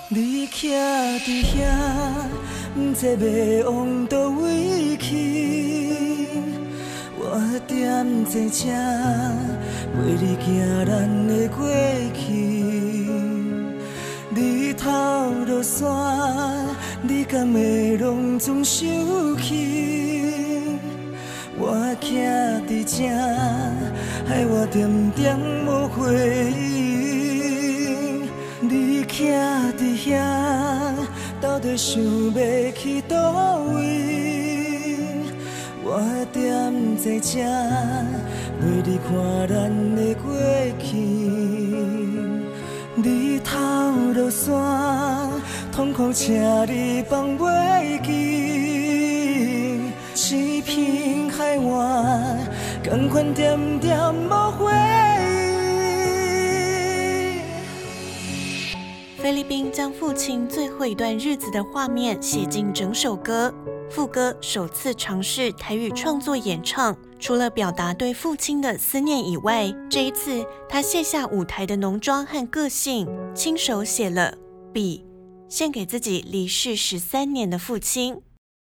Speaker 1: 你徛伫遐，不知要往倒位去。我踮在这，陪你行咱的过去。你头落山，你敢会拢总想起？我徛伫这，害我点点无回应。你徛伫遐，到底想要去倒位？我踮在这，陪你看咱的过去。你头落山，痛苦请你放袂记。一片海湾，同款点点无回应。
Speaker 5: 菲律宾将父亲最后一段日子的画面写进整首歌，副歌首次尝试台语创作演唱。除了表达对父亲的思念以外，这一次他卸下舞台的浓妆和个性，亲手写了《笔》，献给自己离世十三年的父亲。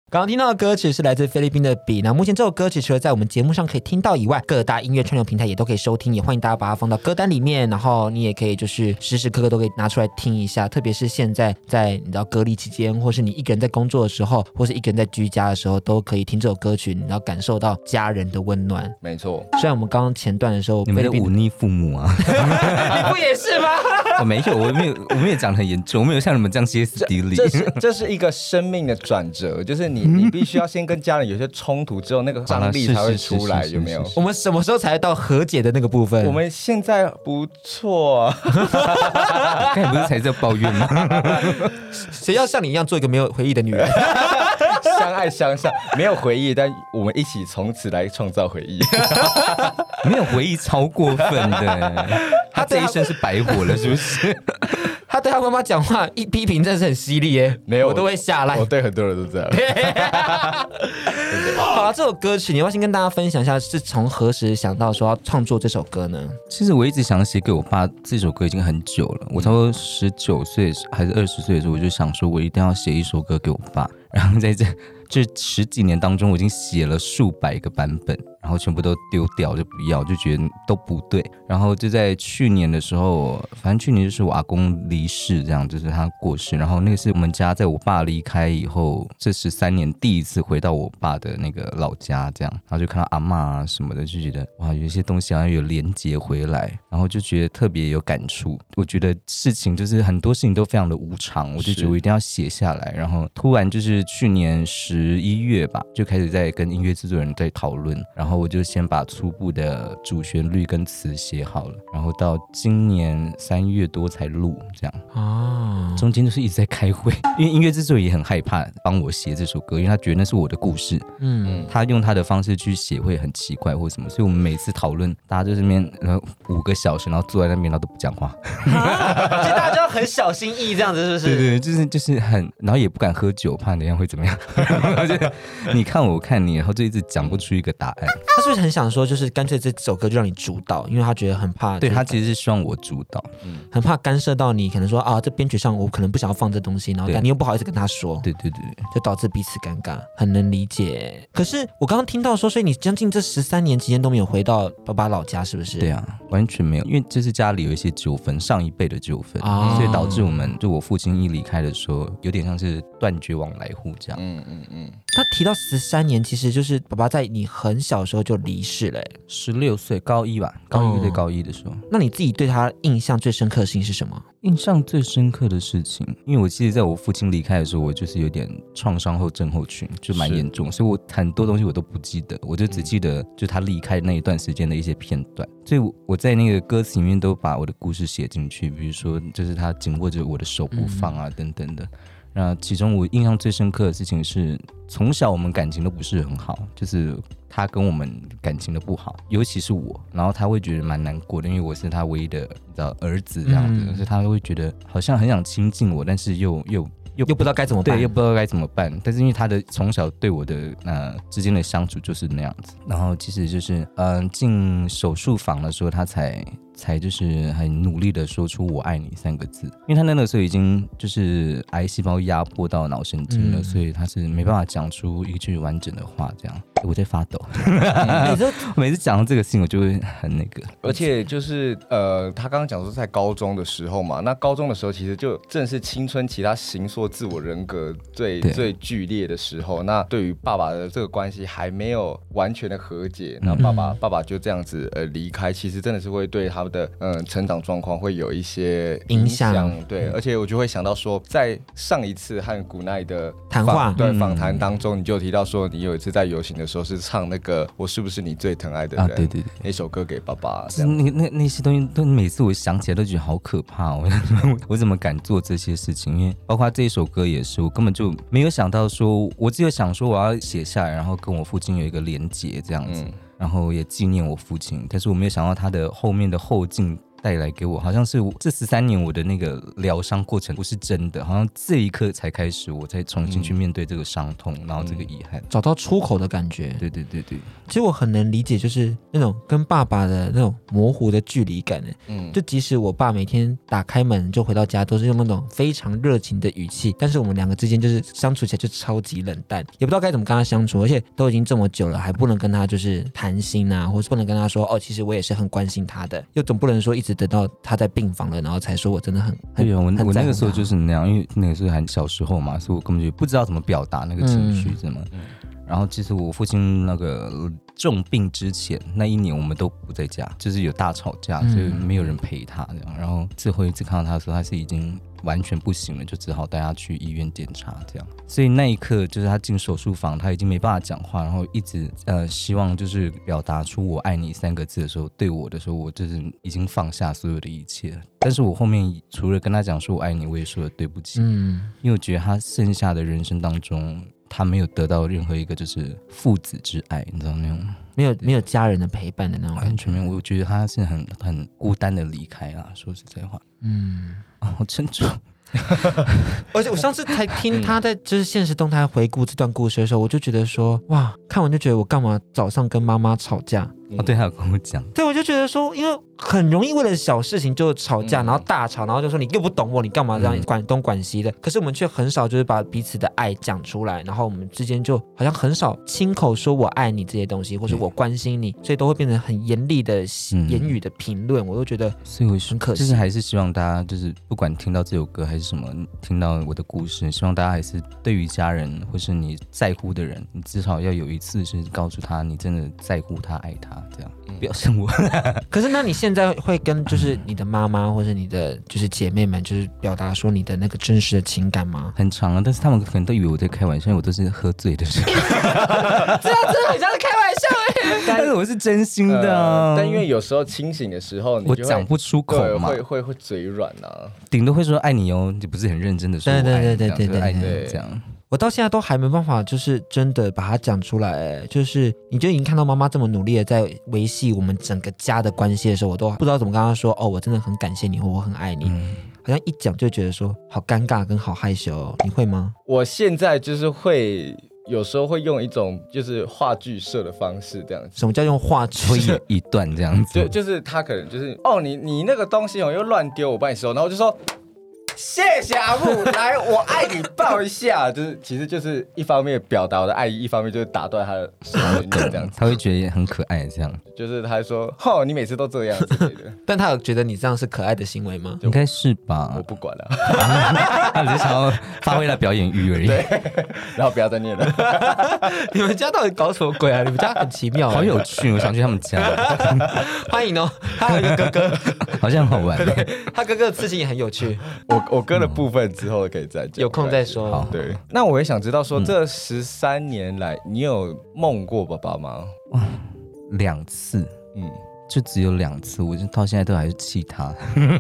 Speaker 2: 刚刚听到的歌曲是来自菲律宾的《比》，那目前这首歌曲除了在我们节目上可以听到以外，各大音乐串流平台也都可以收听，也欢迎大家把它放到歌单里面，然后你也可以就是时时刻刻都可以拿出来听一下，特别是现在在你知道隔离期间，或是你一个人在工作的时候，或是一个人在居家的时候，都可以听这首歌曲，你要感受到家人的温暖。
Speaker 3: 没错，
Speaker 2: 虽然我们刚刚前段的时候，
Speaker 4: 你们的忤
Speaker 2: 舞，
Speaker 4: 逆父母 啊？
Speaker 2: 你不也是吗？
Speaker 4: 我没有，我没有，我没有讲得很严重，我没有像你们这样歇斯底里。
Speaker 3: 这是这是一个生命的转折，就是你你必须要先跟家人有些冲突之后，那个张力
Speaker 4: 好
Speaker 3: 才会
Speaker 4: 了是是是
Speaker 3: 出来，
Speaker 4: 是是
Speaker 3: 有没有
Speaker 4: 是？是
Speaker 2: 我们什么时候才到和解的那个部分？
Speaker 3: 我们现在不错啊，
Speaker 4: 刚才不是才在抱怨吗？
Speaker 2: 谁要像你一样做一个没有回忆的女人？
Speaker 3: 相爱相杀，没有回忆，但我们一起从此来创造回忆。
Speaker 4: 没有回忆超过分的， 他这一生是白活了，是不是？
Speaker 2: 他对他妈妈讲话一批评真的是很犀利耶，
Speaker 3: 没有
Speaker 2: 我都会下来
Speaker 3: 我。哦对很多人都这 样。
Speaker 2: 好了，这首歌曲你要不要先跟大家分享一下，是从何时想到说要创作这首歌呢？
Speaker 4: 其实我一直想写给我爸这首歌已经很久了，我差不多十九岁还是二十岁的时候，我就想说我一定要写一首 歌给我爸。然后在这这十几年当中，我已经写了数百个版本，然然后全部都丢掉，就不要，就觉得都不对。然后就在去年的时候，反正去年就是我阿公离世，这样就是他过世。然后那个是我们家在我爸离开以后，这十三年第一次回到我爸的那个老家，这样，然后就看到阿嬷啊什么的，就觉得哇，有一些东西好像有连接回来，然后就觉得特别有感触。我觉得事情就是很多事情都非常的无常，我就
Speaker 3: 是
Speaker 4: 觉得我一定要写下来。然后突然就是去年十一月吧，就开始在跟音乐制作人在讨论，然后我就先把初步的主旋律跟词写好了，然后到今年三月多才录，这样
Speaker 2: 哦，
Speaker 4: 中间就是一直在开会， 因为音乐制作人也很害怕帮我写这首歌，因为他觉得那是我的故事，
Speaker 2: 嗯，
Speaker 4: 他用他的方式去写会很奇怪或什么，所以我们每次讨论，大家就这边呃五个小时，然后坐在那边，然后都不讲话。
Speaker 2: 就啊大家很小心翼翼这样子，是不是？
Speaker 4: 对对，就是就是很，然后也不敢喝酒，怕等一下会怎么样。 就是你看我，我看你，然后就一直讲不出一个答案。
Speaker 2: 他是不是很想说，就是干脆这首歌就让你主导，因为他觉得很怕，
Speaker 4: 对
Speaker 2: 就是
Speaker 4: 他其实是希望我主导，
Speaker 2: 很怕干涉到你，可能说啊，这编曲上我可能不想要放这东西，然后
Speaker 4: 对
Speaker 2: 但你又不好意思跟他说，
Speaker 4: 对对对对。
Speaker 2: 就导致彼此尴尬，很能理解。可是我刚刚听到说，所以你将近这十三年期间都没有回到爸爸老家，是不是？
Speaker 4: 对啊，完全没有，因为就是家里有一些纠纷，上一辈的纠纷，
Speaker 2: 哦
Speaker 4: 所以导致我们就我父亲一离开的时候，有点像是断绝往来户这样。
Speaker 3: 嗯嗯嗯，
Speaker 2: 他提到十三年，其实就是爸爸在你很小的时候就离世了欸。
Speaker 4: 十六岁，高一吧，高一对
Speaker 2: 哦
Speaker 4: 高一的时候，
Speaker 2: 那你自己对他印象最深刻的事情是什么？
Speaker 4: 印象最深刻的事情，因为我记得在我父亲离开的时候，我就是有点创伤后症候群，就蛮
Speaker 3: 是
Speaker 4: 严重，所以我很多东西我都不记得，我就只记得就他离开那一段时间的一些片段。所以我我在那个歌词里面都把我的故事写进去，比如说就是他紧握着我的手不放啊、等等的。那其中我印象最深刻的事情是，从小我们感情都不是很好，就是他跟我们感情都不好，尤其是我，然后他会觉得蛮难过的，因为我是他唯一的你知道儿子这样子，
Speaker 2: 嗯
Speaker 4: 所以他会觉得好像很想亲近我，但是又又又
Speaker 2: 又不知道该怎么办
Speaker 4: 对，又不知道该怎么办。但是因为他的从小对我的呃之间的相处就是那样子，然后其实就是嗯、呃进手术房的时候，他才才就是很努力的说出“我爱你”三个字，因为他那个时候已经就是癌细胞压迫到脑神经了，
Speaker 2: 嗯
Speaker 4: 所以他是没办法讲出一句完整的话。这样我在发抖，
Speaker 2: 哎你说
Speaker 4: 每次讲到这个事情，我就会很那个。
Speaker 3: 而且就是呃，他刚刚讲说在高中的时候嘛，那高中的时候其实就正是青春期他形塑自我人格最
Speaker 4: 对
Speaker 3: 最剧烈的时候。那对于爸爸的这个关系还没有完全的和解，那爸
Speaker 4: 嗯
Speaker 3: 爸、爸爸就这样子呃离开，其实真的是会对他们的嗯、呃成长状况会有一些
Speaker 2: 影响
Speaker 4: 嗯
Speaker 3: 对，而且我就会想到说，在上一次和古奈的
Speaker 2: 谈
Speaker 3: 访
Speaker 2: 话
Speaker 3: 对
Speaker 4: 嗯
Speaker 3: 访谈当中，你就有提到说，你有一次在游行的时候是唱那个“我是不是你最疼爱的人”
Speaker 4: 啊对对对
Speaker 3: 那首歌给爸爸，这
Speaker 4: 是
Speaker 3: 样
Speaker 4: 那那那些东西，都每次我想起来都觉得好可怕、 哦，我怎么敢做这些事情？因为包括这一首歌也是，我根本就没有想到说，我只有想说我要写下来，然后跟我父亲有一个连结这样子，
Speaker 3: 嗯
Speaker 4: 然后也纪念我父亲。但是我没有想到他的后面的后劲。带来给我，好像是我这十三年我的那个疗伤过程不是真的，好像这一刻才开始，我才重
Speaker 3: 嗯
Speaker 4: 新去面对这个伤痛，然后这个遗憾。
Speaker 2: 找到出口的感觉，
Speaker 4: 对对对对，
Speaker 2: 其实我很能理解，就是那种跟爸爸的那种模糊的距离感。哎
Speaker 3: 嗯
Speaker 2: 就即使我爸每天打开门就回到家，都是用那种非常热情的语气，但是我们两个之间就是相处起来就超级冷淡，也不知道该怎么跟他相处，而且都已经这么久了，还不能跟他就是谈心啊，或是不能跟他说哦，其实我也是很关心他的，又总不能说一直等到他在病房了，然后才说我真的很很
Speaker 4: 对啊，我
Speaker 2: 很
Speaker 4: 我
Speaker 2: 在乎
Speaker 4: 那个时候
Speaker 2: 他
Speaker 4: 就是那样，因为那个时候还小时候嘛，所以我根本就不知道怎么表达那个
Speaker 2: 嗯
Speaker 4: 情绪，怎么。然后其实我父亲那个重病之前那一年，我们都不在家，就是有大吵架，所以
Speaker 2: 嗯
Speaker 4: 没有人陪他这样。然后最后一次看到他的时候，他是已经完全不行了，就只好带他去医院检查这样。所以那一刻就是他进手术房，他已经没办法讲话，然后一直呃希望就是表达出“我爱你”三个字的时候，对我的时候，我就是已经放下所有的一切了。但是我后面除了跟他讲说我爱你，我也说了对不起，
Speaker 2: 嗯，
Speaker 4: 因为我觉得他剩下的人生当中，他没有得到任何一个就是父子之爱，你知道那种
Speaker 2: 没有没有家人的陪伴的那种感
Speaker 4: 完
Speaker 2: 觉，
Speaker 4: 全没有。我觉得他是很很孤单的离开啦，说实在话，
Speaker 2: 嗯。
Speaker 4: 啊，好沉重。
Speaker 2: 而且我上次才听他在就是现实动态回顾这段故事的时候，我就觉得说，哇，看完就觉得我干嘛早上跟妈妈吵架？
Speaker 4: 哦，对，他有跟我讲，
Speaker 2: 对，我就觉得说，因为很容易为了小事情就吵架，然后大吵，然后就说你又不懂我，你干嘛这样管东管西的？可是我们却很少就是把彼此的爱讲出来，然后我们之间就好像很少亲口说我爱你这些东西，或者我关心你，所以都会变成很严厉的
Speaker 4: 嗯
Speaker 2: 言语的评论。我都觉得
Speaker 4: 所以我是
Speaker 2: 很可惜
Speaker 4: 就是还是希望大家就是不管听到这首歌还是什么，听到我的故事，希望大家还是对于家人或是你在乎的人，你至少要有一次是告诉他你真的在乎他、爱他，这样不要像我。
Speaker 2: 可是，那你现在会跟就是你的妈妈或者你的就是姐妹们，就是表达说你的那个真实的情感吗？
Speaker 4: 很长啊，但是他们可能都以为我在开玩笑，因为我都是喝醉的时候，
Speaker 2: 很像是开玩笑
Speaker 4: 但是我是真心
Speaker 3: 呃
Speaker 4: 的啊、
Speaker 3: 但因为有时候清醒的时候，你
Speaker 4: 我
Speaker 3: 就会
Speaker 4: 讲不出
Speaker 3: 对
Speaker 4: 口嘛，
Speaker 3: 会会会嘴软啊。
Speaker 4: 顶多会说爱你哦，就不是很认真的说我
Speaker 2: 对对
Speaker 4: 爱你
Speaker 2: 对
Speaker 4: 这样
Speaker 2: 对
Speaker 4: 就
Speaker 2: 对
Speaker 4: 爱你
Speaker 3: 对
Speaker 4: 这样。
Speaker 2: 我到现在都还没办法，就是真的把它讲出来。就是你就已经看到妈妈这么努力的在维系我们整个家的关系的时候，我都不知道怎么跟她说哦，我真的很感谢你，或我很爱你。
Speaker 4: 嗯
Speaker 2: 好像一讲就觉得说好尴尬跟好害羞哦、你会吗？
Speaker 3: 我现在就是会有时候会用一种就是话剧社的方式这样子，
Speaker 2: 什么叫用话
Speaker 4: 会
Speaker 2: 吹？
Speaker 4: 有一段这样
Speaker 3: 嗯就
Speaker 4: 子，
Speaker 3: 就是他可能就是哦，你你那个东西哦又乱丢，我帮你收，然后我就说。谢谢阿木，来，我爱你，抱一下。 就是，其实就是一方面表达我的爱意，一方面就是打断他的生命这样子。
Speaker 4: 他会觉得很可爱这样。
Speaker 3: 就是他说，吼，你每次都这样之类的，
Speaker 2: 但她有觉得你这样是可爱的行为吗？
Speaker 4: 应该是
Speaker 3: 我
Speaker 4: 吧，
Speaker 3: 不管了，
Speaker 4: 他只是想要发挥了表演欲而已。
Speaker 3: 然后不要再念了。
Speaker 2: 你们家到底搞什么鬼啊？你们家很奇妙、
Speaker 4: 好有趣，我想去他们家，
Speaker 2: 欢迎哦！他有一个哥哥，
Speaker 4: 好像很好玩。
Speaker 2: 他哥哥的事情也很有 趣，
Speaker 3: 我我歌的部分之后可以再讲，
Speaker 2: 有空再说。嗯
Speaker 4: 好
Speaker 3: 对，那我也想知道说，这十三年来，你有梦过爸爸吗？
Speaker 4: 两次，
Speaker 3: 嗯，
Speaker 4: 就只有两次，我就到现在都还是气他。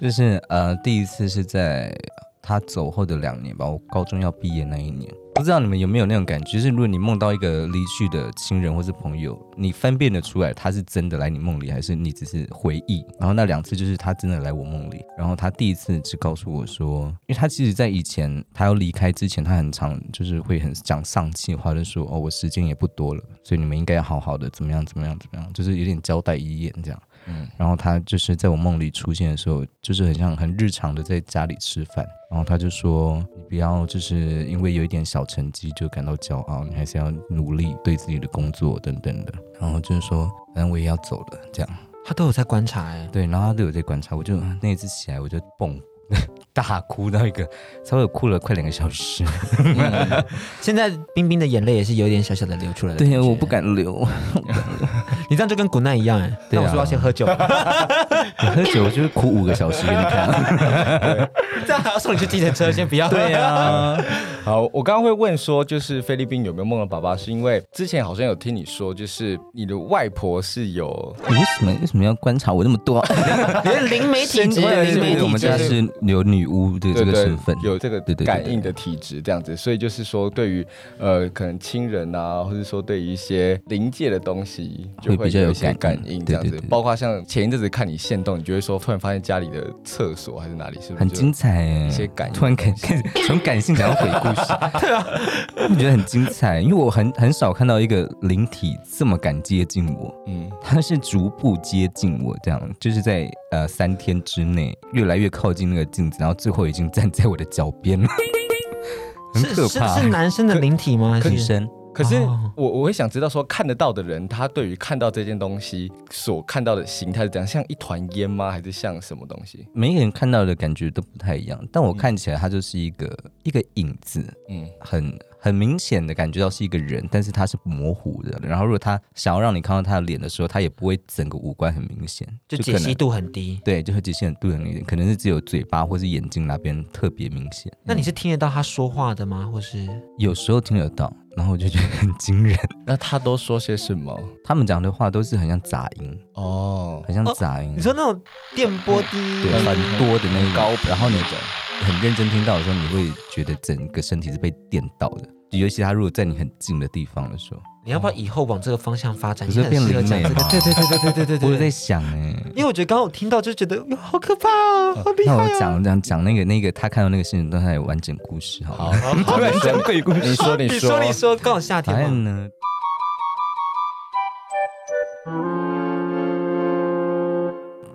Speaker 4: 就是呃，第一次是在他走后的两年吧，我高中要毕业那一年。不知道你们有没有那种感觉，就是如果你梦到一个离去的亲人或是朋友，你分辨得出来他是真的来你梦里，还是你只是回忆。然后那两次就是他真的来我梦里，然后他第一次是告诉我说，因为他其实在以前他要离开之前，他很常就是会很讲丧气话，就说哦我时间也不多了，所以你们应该要好好的怎么样怎么样怎么样，就是有点交代遗言这样。然后他就是在我梦里出现的时候，就是很像很日常的在家里吃饭，然后他就说你不要就是因为有一点小成绩就感到骄傲，你还是要努力对自己的工作等等的，然后就是说反正我也要走了这样，
Speaker 2: 他都有在观察哎、
Speaker 4: 对，然后他都有在观察，我就那一次起来我就蹦。大哭到一个，差不多哭了快两个小时。
Speaker 2: 现在冰冰的眼泪也是有点小小的流出来的。
Speaker 4: 对，我不，敢流。
Speaker 2: 你这样就跟古奈一样哎、那
Speaker 4: 对啊
Speaker 2: 我是不是要先喝 酒，
Speaker 4: 我喝酒就是哭五个小时给你看。
Speaker 2: 这样还要送你去计程车，先不要。
Speaker 4: 对啊，
Speaker 3: 好，我刚刚会问说，就是菲律宾有没有梦到爸爸，是因为之前好像有听你说，就是你的外婆是有
Speaker 4: 你为什么为什么要观察我那么多？
Speaker 2: 你是灵媒体质，
Speaker 3: 身为
Speaker 2: 灵媒
Speaker 3: 对
Speaker 2: 体
Speaker 4: 我们
Speaker 2: 质
Speaker 4: 家是有女巫的这个身份，
Speaker 3: 有这个
Speaker 4: 对对对对
Speaker 3: 感应的体质这样子，所以就是说，对于呃可能亲人啊，或者说对于一些灵界的东西，就
Speaker 4: 会
Speaker 3: 会
Speaker 4: 比较有
Speaker 3: 一些
Speaker 4: 感
Speaker 3: 感
Speaker 4: 应
Speaker 3: 应
Speaker 4: 对
Speaker 3: 这样
Speaker 4: 对
Speaker 3: 子
Speaker 4: 对。
Speaker 3: 包括像前一阵子看你现动，你就会说，突然发现家里的厕所还是哪里是不是
Speaker 4: 很
Speaker 3: 就
Speaker 4: 精彩哎，
Speaker 3: 一些感应
Speaker 4: 突然感
Speaker 3: 的
Speaker 4: 感从感性讲到鬼故事， 对啊，我觉得很精彩，因为我很很少看到一个灵体这么敢接近我，
Speaker 3: 嗯
Speaker 4: 它是逐步接近我，这样就是在呃三天之内越来越靠近那个镜子，然后最后已经站在我的脚 边了，很
Speaker 2: 是
Speaker 4: 可
Speaker 2: 是
Speaker 4: 怕
Speaker 2: 是。男生的灵体吗？还
Speaker 4: 女
Speaker 2: 是
Speaker 4: 生，
Speaker 3: 可是
Speaker 2: 哦
Speaker 3: 我我会想知道说看得到的人，他对于看到这件东西所看到的形态是怎样，像一团烟吗？还是像什么东西？
Speaker 4: 每一个人看到的感觉都不太一样，但我看起来它就是一个、一个影子，
Speaker 3: 嗯，
Speaker 4: 很很明显的感觉到是一个人，但是他是模糊的。然后如果他想要让你看到他的脸的时候，他也不会整个五官很明显，
Speaker 2: 就
Speaker 4: 可
Speaker 2: 解
Speaker 4: 能
Speaker 2: 析度很低？
Speaker 4: 对，就会界限度很明显，可能是只有嘴巴或是眼睛那边特别明显。
Speaker 2: 那你是听得到他说话的吗？或是
Speaker 4: 有时候听得到，然后我就觉得很惊人。
Speaker 3: 那他都说些什么？
Speaker 4: 他们讲的话都是很像杂音，
Speaker 3: 哦，
Speaker 4: 很像杂音。
Speaker 2: 你说那种电波低
Speaker 4: 对，很多的那种
Speaker 3: 高
Speaker 4: 然后你很认真听到的时候，你会觉得整个身体是被电到的。尤其他如果在你很近的地方的时候，
Speaker 2: 你要不要以后往这个方向发展？
Speaker 4: 不
Speaker 2: 你
Speaker 4: 是
Speaker 2: 很适合
Speaker 4: 变灵
Speaker 2: 讲
Speaker 4: 媒
Speaker 2: 这个
Speaker 4: 吗。
Speaker 2: 对对对对对对对
Speaker 4: 我有
Speaker 2: 对
Speaker 4: 在想哎、
Speaker 2: 因为我觉得刚刚我听到就觉得哟，好可怕哦，好厉害
Speaker 4: 那
Speaker 2: 哦。
Speaker 4: 我讲讲讲那个那个他看到那个事情，但他有完整故事 好了。
Speaker 3: 好，你说鬼故事，你说你
Speaker 2: 你
Speaker 3: 说
Speaker 4: 哎
Speaker 2: 说你说，刚好夏天
Speaker 4: 答
Speaker 2: 嘛
Speaker 4: 案呢？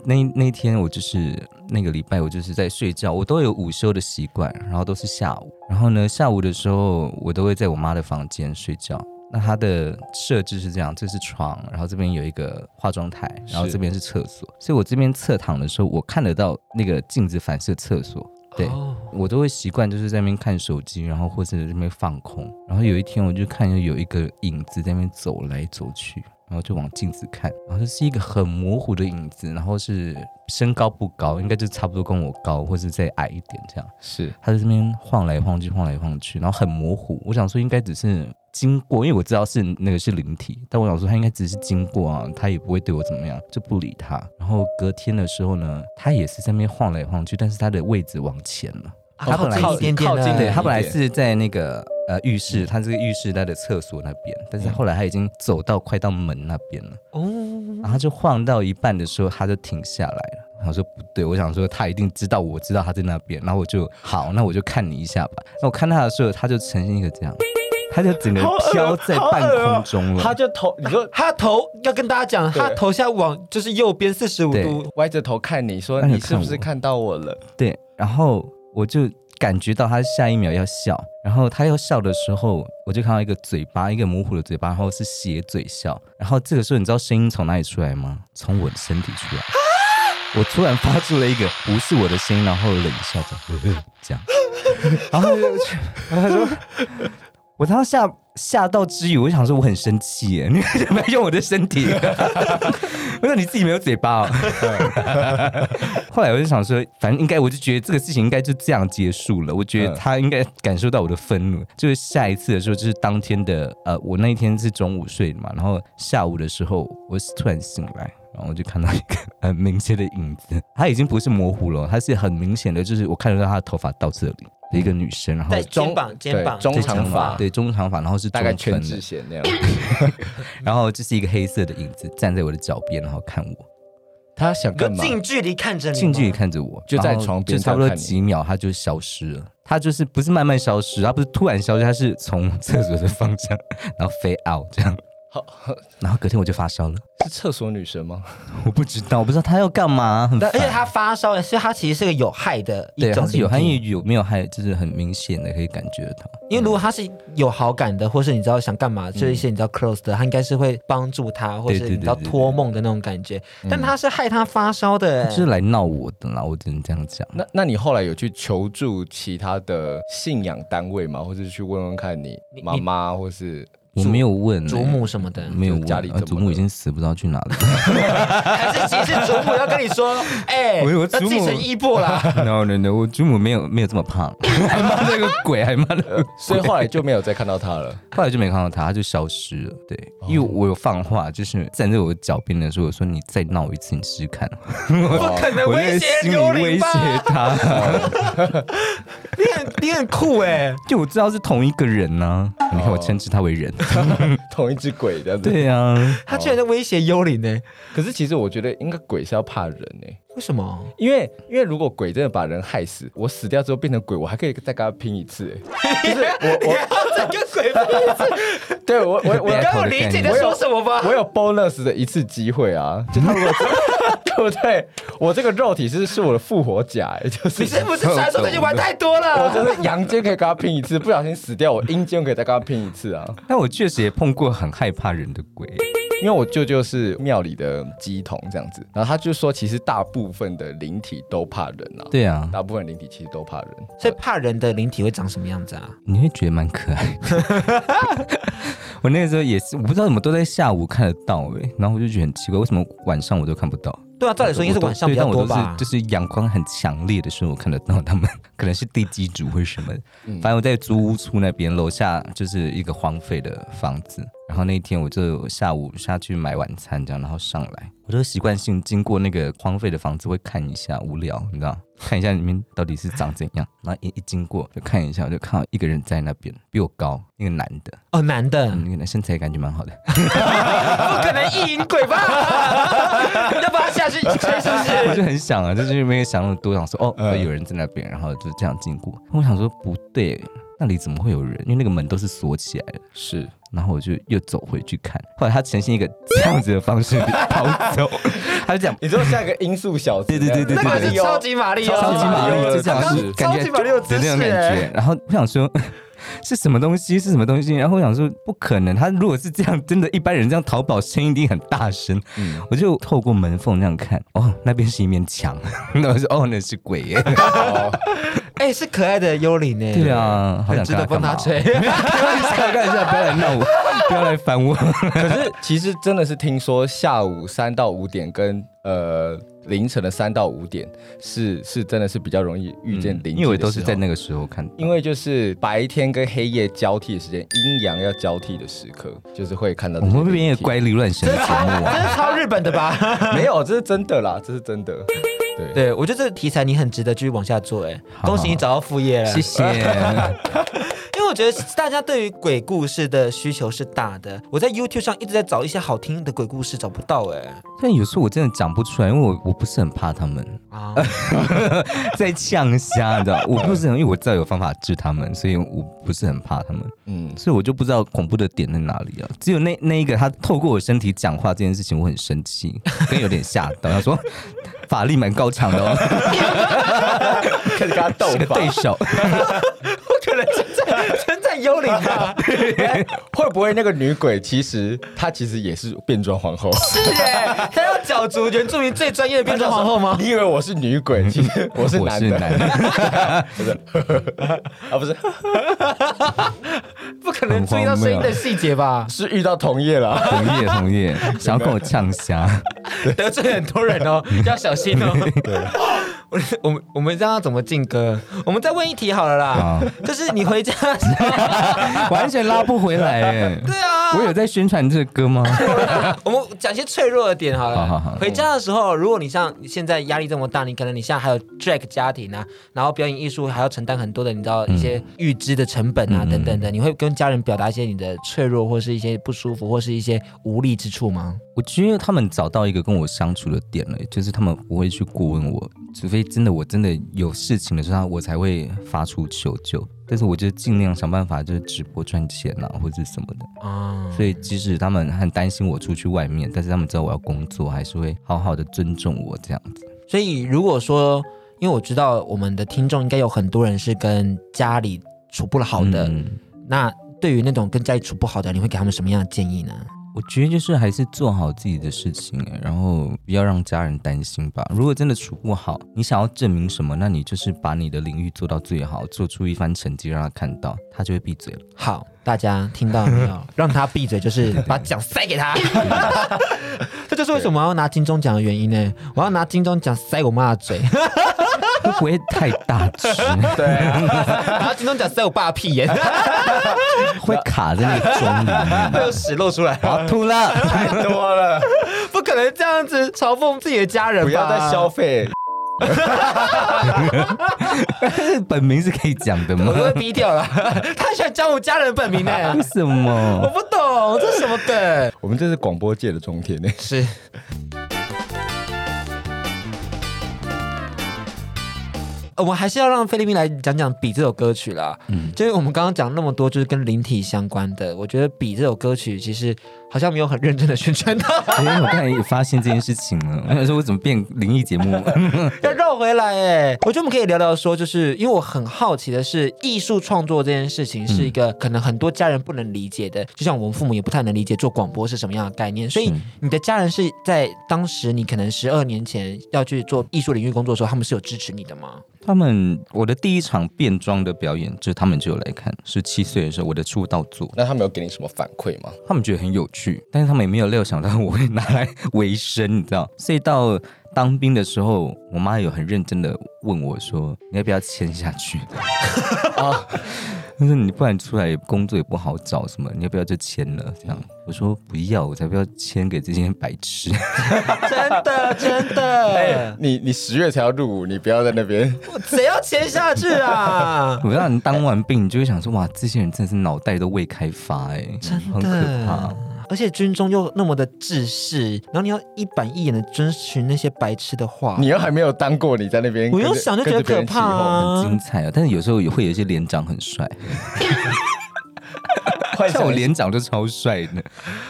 Speaker 4: 那那天我就是那个礼拜，我就是在睡觉，我都有午休的习惯，然后都是下午。然后呢，下午的时候我都会在我妈的房间睡觉。那它的设置是这样，这是床，然后这边有一个化妆台，然后
Speaker 3: 是
Speaker 4: 这边是厕所。所以我这边侧躺的时候，我看得到那个镜子反射厕所。对，
Speaker 2: 哦
Speaker 4: 我都会习惯就是在那边看手机，然后或者在那边放空。然后有一天我就看见有一个影子在那边走来走去，然后就往镜子看，然后就是一个很模糊的影子，然后是身高不高，应该就差不多跟我高，或是再矮一点这样。
Speaker 3: 是
Speaker 4: 他在这边晃来晃去，晃来晃去，然后很模糊。我想说应该只是经过，因为我知道是那个是灵体，但我想说他应该只是经过啊，他也不会对我怎么样，就不理他。然后隔天的时候呢，他也是在那边晃来晃去，但是他的位置往前了。
Speaker 2: 啊
Speaker 4: 他本哦来
Speaker 2: 靠
Speaker 4: 是
Speaker 2: 近一点点
Speaker 3: 靠近
Speaker 2: 了
Speaker 4: 对他本来
Speaker 3: 一点
Speaker 4: 是在那个呃浴室，他这个浴室他的厕所那边，但是后来他已经走到快到门那边了。
Speaker 2: 哦，
Speaker 4: 然后他就晃到一半的时候，他就停下来了。然后我说不对，我想说他一定知道我知道他在那边，然后我就好，那我就看你一下吧。那我看他的时候，他就呈现一个这样，他就整个飘在半空中了。
Speaker 3: 他就头，你说
Speaker 2: 他头要跟大家讲，
Speaker 3: 对
Speaker 2: 他头下往就是右边四十五
Speaker 4: 对
Speaker 2: 度，
Speaker 3: 歪着头看你说
Speaker 4: 那你
Speaker 3: 你是不
Speaker 4: 看
Speaker 3: 是
Speaker 4: 我
Speaker 3: 看到我了？
Speaker 4: 对，然后我就感觉到他下一秒要笑，然后他要笑的时候，我就看到一个嘴巴，一个模糊的嘴巴，然后是斜嘴笑。然后这个时候，你知道声音从哪里出来吗？从我的身体出来。我突然发出了一个不是我的声音，然后冷笑着，这样，嗯然后他就然后他说，我当时吓吓到之余，我就想说我很生气耶，你为什么要用我的身体？ 我说你自己没有嘴巴哦。 后来我就想说，反正应该，我就觉得这个事情应该就这样结束了。我觉得他应该感受到我的愤怒。就是下一次的时候，就是当天的呃，我那一天是中午睡的嘛，然后下午的时候我突然醒来。然后我就看到一个很明显的影子，她已经不是模糊了，她是很明显的，就是我看得到她的头发到这里的一个女生，然后
Speaker 2: 在肩
Speaker 3: 中
Speaker 2: 膀肩
Speaker 3: 对
Speaker 2: 膀
Speaker 3: 中
Speaker 4: 对
Speaker 3: 长
Speaker 4: 长
Speaker 3: 发
Speaker 4: 对中长发，然后是
Speaker 3: 大概全
Speaker 4: 中分的
Speaker 3: 智贤那样。
Speaker 4: 然后就是一个黑色的影子站在我的脚边，然后看我，
Speaker 3: 他想
Speaker 2: 就
Speaker 3: 干嘛？
Speaker 2: 近距离看着你吗，
Speaker 4: 近距离看着我，
Speaker 3: 就在
Speaker 4: 然后
Speaker 3: 床边
Speaker 4: 就差不多
Speaker 3: 这样看你
Speaker 4: 几秒，他就消失了。他就是不是慢慢消失，他不是突然消失，他是从厕所的方向，然后飞 out 这样。
Speaker 3: 好 好
Speaker 4: 然后隔天我就发烧了，
Speaker 3: 是厕所女神吗？
Speaker 4: 我不知道，我不知道他要干嘛，很
Speaker 2: 但
Speaker 4: 烦。
Speaker 2: 而且他发烧，所以他其实是个有害的一
Speaker 4: 对，
Speaker 2: 种
Speaker 4: 他是有
Speaker 2: 病
Speaker 4: 害，
Speaker 2: 菌
Speaker 4: 因为有没有害，就是很明显的可以感觉得到。
Speaker 2: 因为如果他是有好感的，或是你知道想干嘛，就是一些你知道 close 的，他应该是会帮助他，或是
Speaker 4: 嗯对对
Speaker 2: 你知道
Speaker 4: 对对
Speaker 2: 托梦的那种感觉。但他是害他发烧的、
Speaker 4: 他
Speaker 2: 欸，
Speaker 4: 就是来闹我的啦，我只能这样讲。
Speaker 3: 那那你后来有去求助其他的信仰单位吗？或者去问问看你
Speaker 2: 你
Speaker 3: 妈妈，或是
Speaker 4: 我没有问、欸、
Speaker 2: 祖母什么的，
Speaker 4: 没有问，
Speaker 3: 家里怎
Speaker 4: 呃
Speaker 3: 么
Speaker 4: 祖母
Speaker 3: 了
Speaker 4: 已经死不知道去哪里了。
Speaker 2: 还是其实祖母要跟你说，哎、
Speaker 4: 我以为
Speaker 2: 要
Speaker 4: 祖母
Speaker 2: 继承衣钵啦。
Speaker 4: no no no，我祖母没有没有这么胖， 还骂那个鬼，还骂那个。
Speaker 3: 所以后来就没有再看到他了。
Speaker 4: 后来就没看到他，他就消失了。对，因为我有放话，就是站在我脚边的时候，我说你再闹一次，你试试看。
Speaker 2: 不
Speaker 3: 哦
Speaker 2: 可能
Speaker 4: 我在
Speaker 2: 威胁
Speaker 4: 心里
Speaker 2: 幽灵
Speaker 4: 威胁
Speaker 2: 吧？
Speaker 4: 他，
Speaker 2: 你很你很酷哎、
Speaker 4: 就我知道是同一个人呢、你看我称之他为人。
Speaker 2: 哦
Speaker 3: 同一只鬼这样子。。
Speaker 4: 对啊，
Speaker 2: 他居然在威胁幽灵呢、
Speaker 3: 可是其实我觉得应该鬼是要怕人诶、
Speaker 2: 为什么？
Speaker 3: 因为因为如果鬼真的把人害死，我死掉之后变成鬼，我还可以再跟他拼一次、欸。就是我我
Speaker 2: 这个鬼，
Speaker 3: 对我我我
Speaker 2: 刚
Speaker 4: 你刚
Speaker 2: 有
Speaker 4: 有
Speaker 2: 理
Speaker 4: 理
Speaker 2: 解
Speaker 4: 解
Speaker 2: 在
Speaker 4: 在
Speaker 2: 说
Speaker 3: 说
Speaker 2: 什么吗？
Speaker 3: 我有 bonus 的一次机会啊，就他如果对不对？我这个肉体是是我的复活甲、欸，就是
Speaker 2: 你是不是传说最近玩太多
Speaker 3: 我
Speaker 2: 了？
Speaker 3: 真的阳间可以跟他拼一次，不小心死掉，我阴间可以再跟他拼一次啊。
Speaker 4: 但我确实也碰过很害怕人的鬼。
Speaker 3: 因为我舅舅是庙里的鸡童这样子，然后他就说，其实大部分的灵体都怕人啊，
Speaker 4: 对啊，
Speaker 3: 大部分灵体其实都怕人，
Speaker 2: 所以
Speaker 4: 哦
Speaker 2: 怕人的灵体会长什么样子啊？
Speaker 4: 你会觉得蛮可爱 的。我那个时候也是，我不知道怎么都在下午看得到哎、然后我就觉得很奇怪，为什么晚上我都看不到？
Speaker 2: 对啊，照理说应该是晚上比较多吧
Speaker 4: 我都对但我都。是就是阳光很强烈的时候，我看得到他们， 可能是地基主或什么的。
Speaker 2: 嗯
Speaker 4: 反正我在租屋处那边，楼下就是一个荒废的房子。然后那一天我就下午下去买晚餐，这样，然后上来，我就习惯性经过那个荒废的房子会看一下，无聊，你知道，看一下里面到底是长怎样。然后一一经过就看一下，我就看到一个人在那边，比我高，一个男的，
Speaker 2: 哦，男的，
Speaker 4: 嗯，那个男身材感觉蛮好的。
Speaker 2: 不可能意淫鬼吧？ 要把他下去吹是
Speaker 4: 我
Speaker 2: 不是？
Speaker 4: 就很想啊，就是没有想那么多，想说哦，
Speaker 3: 嗯
Speaker 4: 有人在那边，然后就这样经过。我想说不对，那里怎么会有人？因为那个门都是锁起来的，
Speaker 3: 是
Speaker 4: 然后我就又走回去看，后来他呈现一个这样子的方式逃走，他就讲
Speaker 3: 你说像一个音速小子，
Speaker 4: 对对对对对
Speaker 2: 那个是超级玛丽哦，
Speaker 4: 超级玛丽，就这样
Speaker 2: 刚
Speaker 4: 子
Speaker 2: 刚
Speaker 4: 感
Speaker 2: 超
Speaker 4: 觉
Speaker 2: 级玛丽有
Speaker 4: 的
Speaker 2: 姿
Speaker 4: 那种
Speaker 2: 势
Speaker 4: 感
Speaker 2: 欸
Speaker 4: 觉。然后我想说。 是什么东西？是什么东西？然后我想说，不可能。他如果是这样，真的，一般人这样淘宝声音一定很大声。 我就透过门缝那样看，哦，那边是一面墙。 那我说，哦，那是鬼耶。
Speaker 2: 哎，是可爱的幽灵呢。
Speaker 4: 对，啊，好
Speaker 2: 很
Speaker 4: 想
Speaker 2: 值
Speaker 4: 跟
Speaker 2: 得
Speaker 4: 他
Speaker 2: 帮
Speaker 4: 干
Speaker 2: 他
Speaker 4: 嘛？
Speaker 2: 吹。
Speaker 4: 开玩笑，开玩笑，不要来 闹我，不要来烦我。
Speaker 3: 可是其实真的是听说下午三到五点跟呃凌晨的三到五点是是真的是比较容易遇见灵、
Speaker 4: 嗯因为我都是在。那个时候看到，
Speaker 3: 因为就是白天跟黑夜交替的时间，阴阳要交替的时刻，就是会看到
Speaker 4: 我
Speaker 3: 这些
Speaker 4: 们会变一
Speaker 3: 灵
Speaker 4: 个
Speaker 3: 体
Speaker 4: 乖离乱神的节目啊。
Speaker 2: 这是超日本的吧？
Speaker 3: 没有，这是真的啦，这是真的。对，
Speaker 2: 对，我觉得这个题材你很值得继续往下做，哎，
Speaker 4: 好
Speaker 2: 恭喜你找到副业了。
Speaker 4: 谢谢。
Speaker 2: 因为我觉得大家对于鬼故事的需求是大的，我在 YouTube 上一直在找一些好听的鬼故事，找不到哎、
Speaker 4: 但有时候我真的讲不出来，因为我我不是很怕他们
Speaker 2: 啊，
Speaker 4: 在呛虾，你知道， 我不是很，因为我知道有方法治他们，所以我不是很怕他们，
Speaker 3: 嗯，
Speaker 4: 所以我就不知道恐怖的点在哪里啊。只有那那一个他透过我身体讲话这件事情，我很生 气，跟有点吓到，他说法力蛮高强的哦，
Speaker 3: 开始跟他斗
Speaker 4: 是个
Speaker 3: 法，
Speaker 4: 对手。
Speaker 2: 可能真在真在幽灵 啊，
Speaker 3: 哎会不会那个女鬼其实她其实也是变装皇后？
Speaker 2: 是哎、他要角逐原住民最专业的变装皇后吗？
Speaker 3: 你以为我是女鬼，其实我是
Speaker 4: 嗯我
Speaker 3: 男
Speaker 4: 是
Speaker 3: 的，
Speaker 4: 男的，
Speaker 3: 啊不是，
Speaker 2: 不可能注意到
Speaker 4: 啊
Speaker 2: 声音的细节吧？
Speaker 3: 是遇到同业了。
Speaker 4: 同业同业，想要跟我呛 虾。
Speaker 2: 得罪很多人哦，
Speaker 4: 嗯
Speaker 2: 要小心哦。 我我们我们这样要怎么进歌？我们再问一题好了啦
Speaker 4: 好，
Speaker 2: 就是你 回家的时候，
Speaker 4: 完全拉不回来哎。 对啊，我有在宣传这个歌吗？
Speaker 2: 我们讲些脆弱的点好了。
Speaker 4: 好好好
Speaker 2: 回家的时候，如果你像现在压力这么大，你可能你现在还有 drag 家庭啊，然后表演艺术还要承担很多的，你知道一些预支的成本
Speaker 4: 嗯
Speaker 2: 啊、等等的，你会跟家人表达一些你的脆弱，或是一些不舒服，或是一些无力之处吗？
Speaker 4: 我觉得他们找到一个跟我相处的点了，就是他们不会去过问我，除非真的我真的有事情的时候，我才会发出求救。但是我就尽量想办法，就是直播赚钱啊，或者什么的。
Speaker 2: 啊、
Speaker 4: 所以即使他们很担心我出去外面，但是他们知道我要工作，还是会好好的尊重我这样子。
Speaker 2: 所以如果说，因为我知道我们的听众应该有很多人是跟家里处不好的，
Speaker 4: 嗯
Speaker 2: 那对于那种跟家里处不好的，你会给他们什么样的建议呢？
Speaker 4: 我觉得就是还是做好自己的事情，哎然后不要让家人担心吧。如果真的处不好，你想要证明什么，那你就是把你的领域做到最好，做出一番成绩让他看到，他就会闭嘴了。
Speaker 2: 好，大家听到没有？让他闭嘴，就是把奖塞给他。这就是为什么我要拿金钟奖的原因呢？我要拿金钟奖塞我妈的嘴，
Speaker 4: 会不会太大只？ 啊
Speaker 2: 拿金钟奖塞我爸的屁眼，
Speaker 4: 会卡在那个钟里面
Speaker 2: 会有屎露出来。
Speaker 4: 吗？吐了。
Speaker 3: 太多了，
Speaker 2: 不可能这样子嘲讽自己的家
Speaker 4: 啊
Speaker 2: 人吧？
Speaker 3: 不要再消费。
Speaker 4: 本名是可以讲的
Speaker 2: 我
Speaker 4: 吗
Speaker 2: 都？会逼掉了。 他喜欢讲我家人的本名呢、
Speaker 4: 为什
Speaker 2: 我
Speaker 4: 么？
Speaker 2: 不懂这是什么梗。
Speaker 3: 我们这是广播界的中天欸呢。
Speaker 2: 是。呃我还是要让菲律宾来讲讲《笔》这首歌曲啦。嗯，就是我们刚刚讲那么多，就是跟灵体相关的。我觉得《笔》这首歌曲其实好像没有很认真的宣传它，
Speaker 4: 因哎为我刚才也发现这件事情了， 我想说我怎么变灵异节目？
Speaker 2: 要绕回来哎。我觉得我们可以聊聊说，就是因为我很好奇的是，艺术创作这件事情是一个可能很多家人不能理解的，就像我们父母也不太能理解做广播是什么样的概念。所以你的家人是在当时你可能十二年前要去做艺术领域工作的时候，他们是有支持你的吗？
Speaker 4: 他们我的第一场变装的表演，就是他们就有来看，十七岁的时候我的出道作，
Speaker 3: 那他们有给你什么反馈吗？
Speaker 4: 他们觉得很有趣，但是他们也没有料想到我会拿来维生，你知道？ 所以到当兵的时候，我妈有很认真的问我说：“你要不要签下去？” 啊，她说：“你不然出来工作也不好找，什么你要不要就签了？”这样我说：“不要，我才不要签给这些白痴。？
Speaker 2: 真的真的，
Speaker 3: 你你十月才要入伍，你不要在那边。
Speaker 2: 我哎谁要签下去啊
Speaker 4: 我让你当完兵，你就会想说：哇，这些人真的是脑袋都未开发、哎，很可怕。”
Speaker 2: 而且军中又那么的自视，然后你要一板一眼的遵循那些白痴的话，
Speaker 3: 你又还没有当过，你在那边
Speaker 2: 我
Speaker 3: 跟着，
Speaker 2: 用想就觉得可怕
Speaker 3: 跟着别人起哄
Speaker 2: 啊
Speaker 4: 很！精彩啊！但是有时候也会有一些连长很帅，
Speaker 3: 幻
Speaker 4: 像
Speaker 3: 想
Speaker 4: 我
Speaker 3: 一下
Speaker 4: 连长就超帅的，。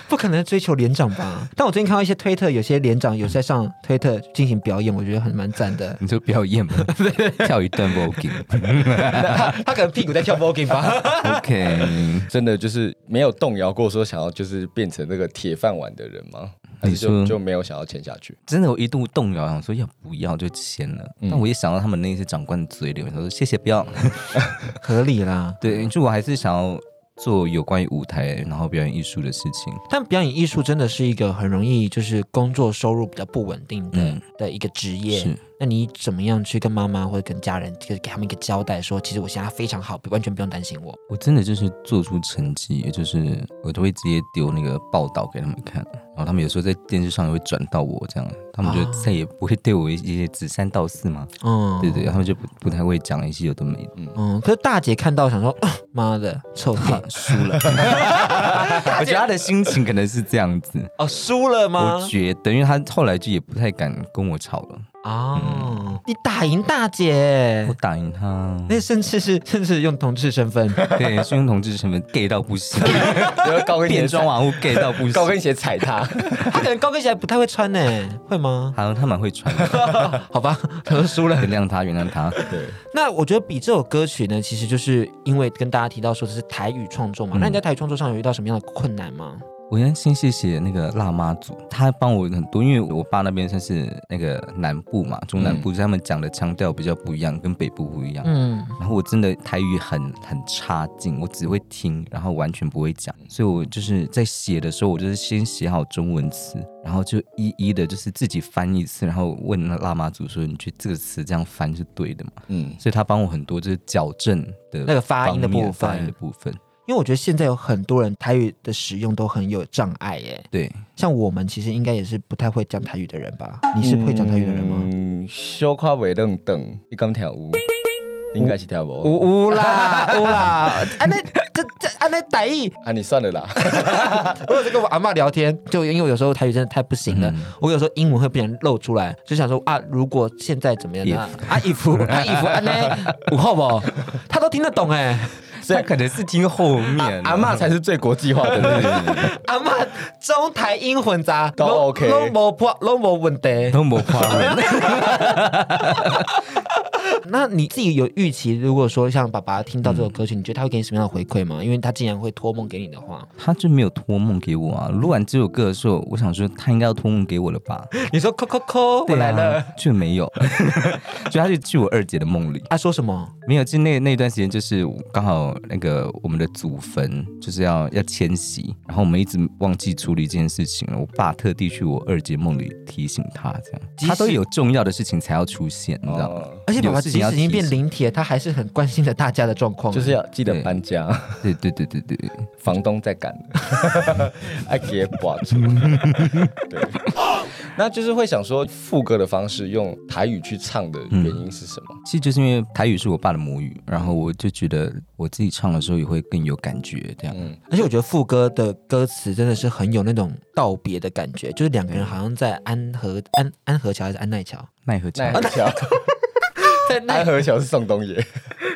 Speaker 2: 不可能追求连长 吧？但我最近看到一些推特，有些连长有在上推特进行表演，我觉得很蛮赞的
Speaker 4: 你就表演嘛，跳一段 voguing，OK，、
Speaker 2: 他 他可能屁股在跳 voguing 吧？
Speaker 4: OK
Speaker 3: 真的就是没有动摇过，说想要就是变成那个铁饭碗的人吗？还是
Speaker 4: 你说
Speaker 3: 就就没有想要签下去？
Speaker 4: 真的我一度动摇，想说要不要就签了，但我一想到他们那些长官的嘴脸，我想说谢谢不要，
Speaker 2: 合理啦。
Speaker 4: 对，就我还是想要做有关于舞台然后表演艺术的事情，
Speaker 2: 但表演艺术真的是一个很容易就是工作收入比较不稳定的、
Speaker 4: 嗯
Speaker 2: 的一个职业
Speaker 4: 是。
Speaker 2: 那你怎么样去跟妈妈或者跟家人，就是给他们一个交代说其实我现在非常好，完全不用担心我。
Speaker 4: 我真的就是做出成绩，也就是我都会直接丢那个报道给他们看，然后他们有时候在电视上也会转到我这样，他们就
Speaker 2: 啊
Speaker 4: 再也不会对我一些指三道四嘛，
Speaker 2: 嗯，
Speaker 4: 对对，他们就不不太会讲一些有的没的。
Speaker 2: 嗯，可是大姐看到想说，啊妈、的，臭屁，
Speaker 4: 输 了，我觉得他的心情可能是这样子，
Speaker 2: 哦，输了
Speaker 4: 我觉得，因为他后来就也不太敢跟我吵了，
Speaker 2: 哦，你打赢大姐
Speaker 3: 哎
Speaker 4: 我，打赢他，
Speaker 2: 那甚至是甚至用同志身 份，
Speaker 4: 对，是用同志成分 gay 到不行，
Speaker 3: 然后高跟鞋
Speaker 4: 变装
Speaker 2: 啊
Speaker 3: 踩
Speaker 4: 玩物 gay 到不
Speaker 3: 高跟
Speaker 4: 行，
Speaker 3: 鞋踩他，
Speaker 2: 她可能高跟鞋还不太会穿呢，会吗？
Speaker 4: 好像他蛮会穿的，
Speaker 2: 好吧，可能输了。
Speaker 4: 原谅他，原谅他，
Speaker 3: 对，
Speaker 2: 那我觉得比这首歌曲呢，其实就是因为跟大家提到说这是台语创作嘛，那你在台语创作上有遇到什么样的困难吗？
Speaker 4: 我要先谢谢那个辣妈组，他帮我很多，因为我爸那边算是那个南部嘛，中南部，所以他们讲的腔调比较不一样，跟北部不一样。
Speaker 2: 嗯，
Speaker 4: 然后我真的台语很很差劲，我只会听，然后完全不会讲，所以我就是在写的时候，我就是先写好中文词，然后就一一的，就是自己翻一次，然后问辣妈组说：“你觉得这个词这样翻是对的吗
Speaker 3: 嗯？”，
Speaker 4: 所以他帮我很多就是矫正的
Speaker 2: 那个发音的
Speaker 4: 方面
Speaker 2: 部分
Speaker 4: 发音的部分，
Speaker 2: 因为我觉得现在有很多人台语的使用都很有障碍耶，
Speaker 4: 对。
Speaker 2: 像我们其实应该也是不太会讲台语的人吧？你是会讲台语的人吗？
Speaker 3: 嗯，小夸尾愣等，你敢跳舞？
Speaker 2: 嗯
Speaker 3: 应该是跳舞。
Speaker 2: 呜呜 啦呜啦，安啊那这这安那台语，
Speaker 3: 啊，你算 了啦，
Speaker 2: 我有时候跟我阿嬷聊天，就因为我有时候台语真的太不行了，我有时候英文会不小心漏出来，就想说啊，如果现在怎么样呢？啊，衣服 啊，衣服安那，午后不，她都听得懂哎。
Speaker 4: 他可能是听后面
Speaker 3: 阿嬷才是最国际化 的人。
Speaker 2: 阿妈中台英混杂
Speaker 3: 都 OK
Speaker 2: 拢无破，拢无问 题。
Speaker 4: 都没话了。
Speaker 2: 那你自己有预期，如果说像爸爸听到这首歌曲，你觉得他会给你什么样的回馈吗？因为他竟然会托梦给你的话，
Speaker 4: 他就没有托梦给我
Speaker 2: 嗯
Speaker 4: 啊！录完这首歌的时候，我想说他应该要托梦给我了吧？
Speaker 2: 你说扣扣扣， 我
Speaker 4: 对
Speaker 2: 来了。
Speaker 4: 啊，就没有， 就他就去我二姐的梦里。
Speaker 2: 他说什么？
Speaker 4: 没有，就那那段时间，就是刚好那个我们的祖坟就是要要迁徙，然后我们一直忘记处理这件事情了。我爸特地去我二姐梦里提醒他，这样
Speaker 2: 即使
Speaker 4: 他都有重要的事情才要出现，你知道吗？
Speaker 3: 哦
Speaker 2: 而且爸爸
Speaker 4: 有事
Speaker 2: 即
Speaker 4: 情要
Speaker 2: 使已经
Speaker 4: 提
Speaker 2: 变
Speaker 4: 醒
Speaker 2: 灵体了，他还是很关心着大家的状况。
Speaker 3: 就是要记得搬家，
Speaker 4: 对对对对对，
Speaker 3: 房东在 赶，爱给挂住。对，那就是会想说副歌的方式用台语去唱的原因是什么？
Speaker 4: 其实就是因为台语是我爸的母语，然后我就觉得我自己唱的时候也会更有感觉，这样。
Speaker 2: 而且我觉得副歌的歌词真的是很有那种道别的感觉，就是两个人好像在安河安安河桥还是安奈桥，
Speaker 4: 奈何桥
Speaker 3: 奈何 桥，
Speaker 2: 在
Speaker 3: 嗯奈
Speaker 2: 奈
Speaker 3: 何桥是宋冬野。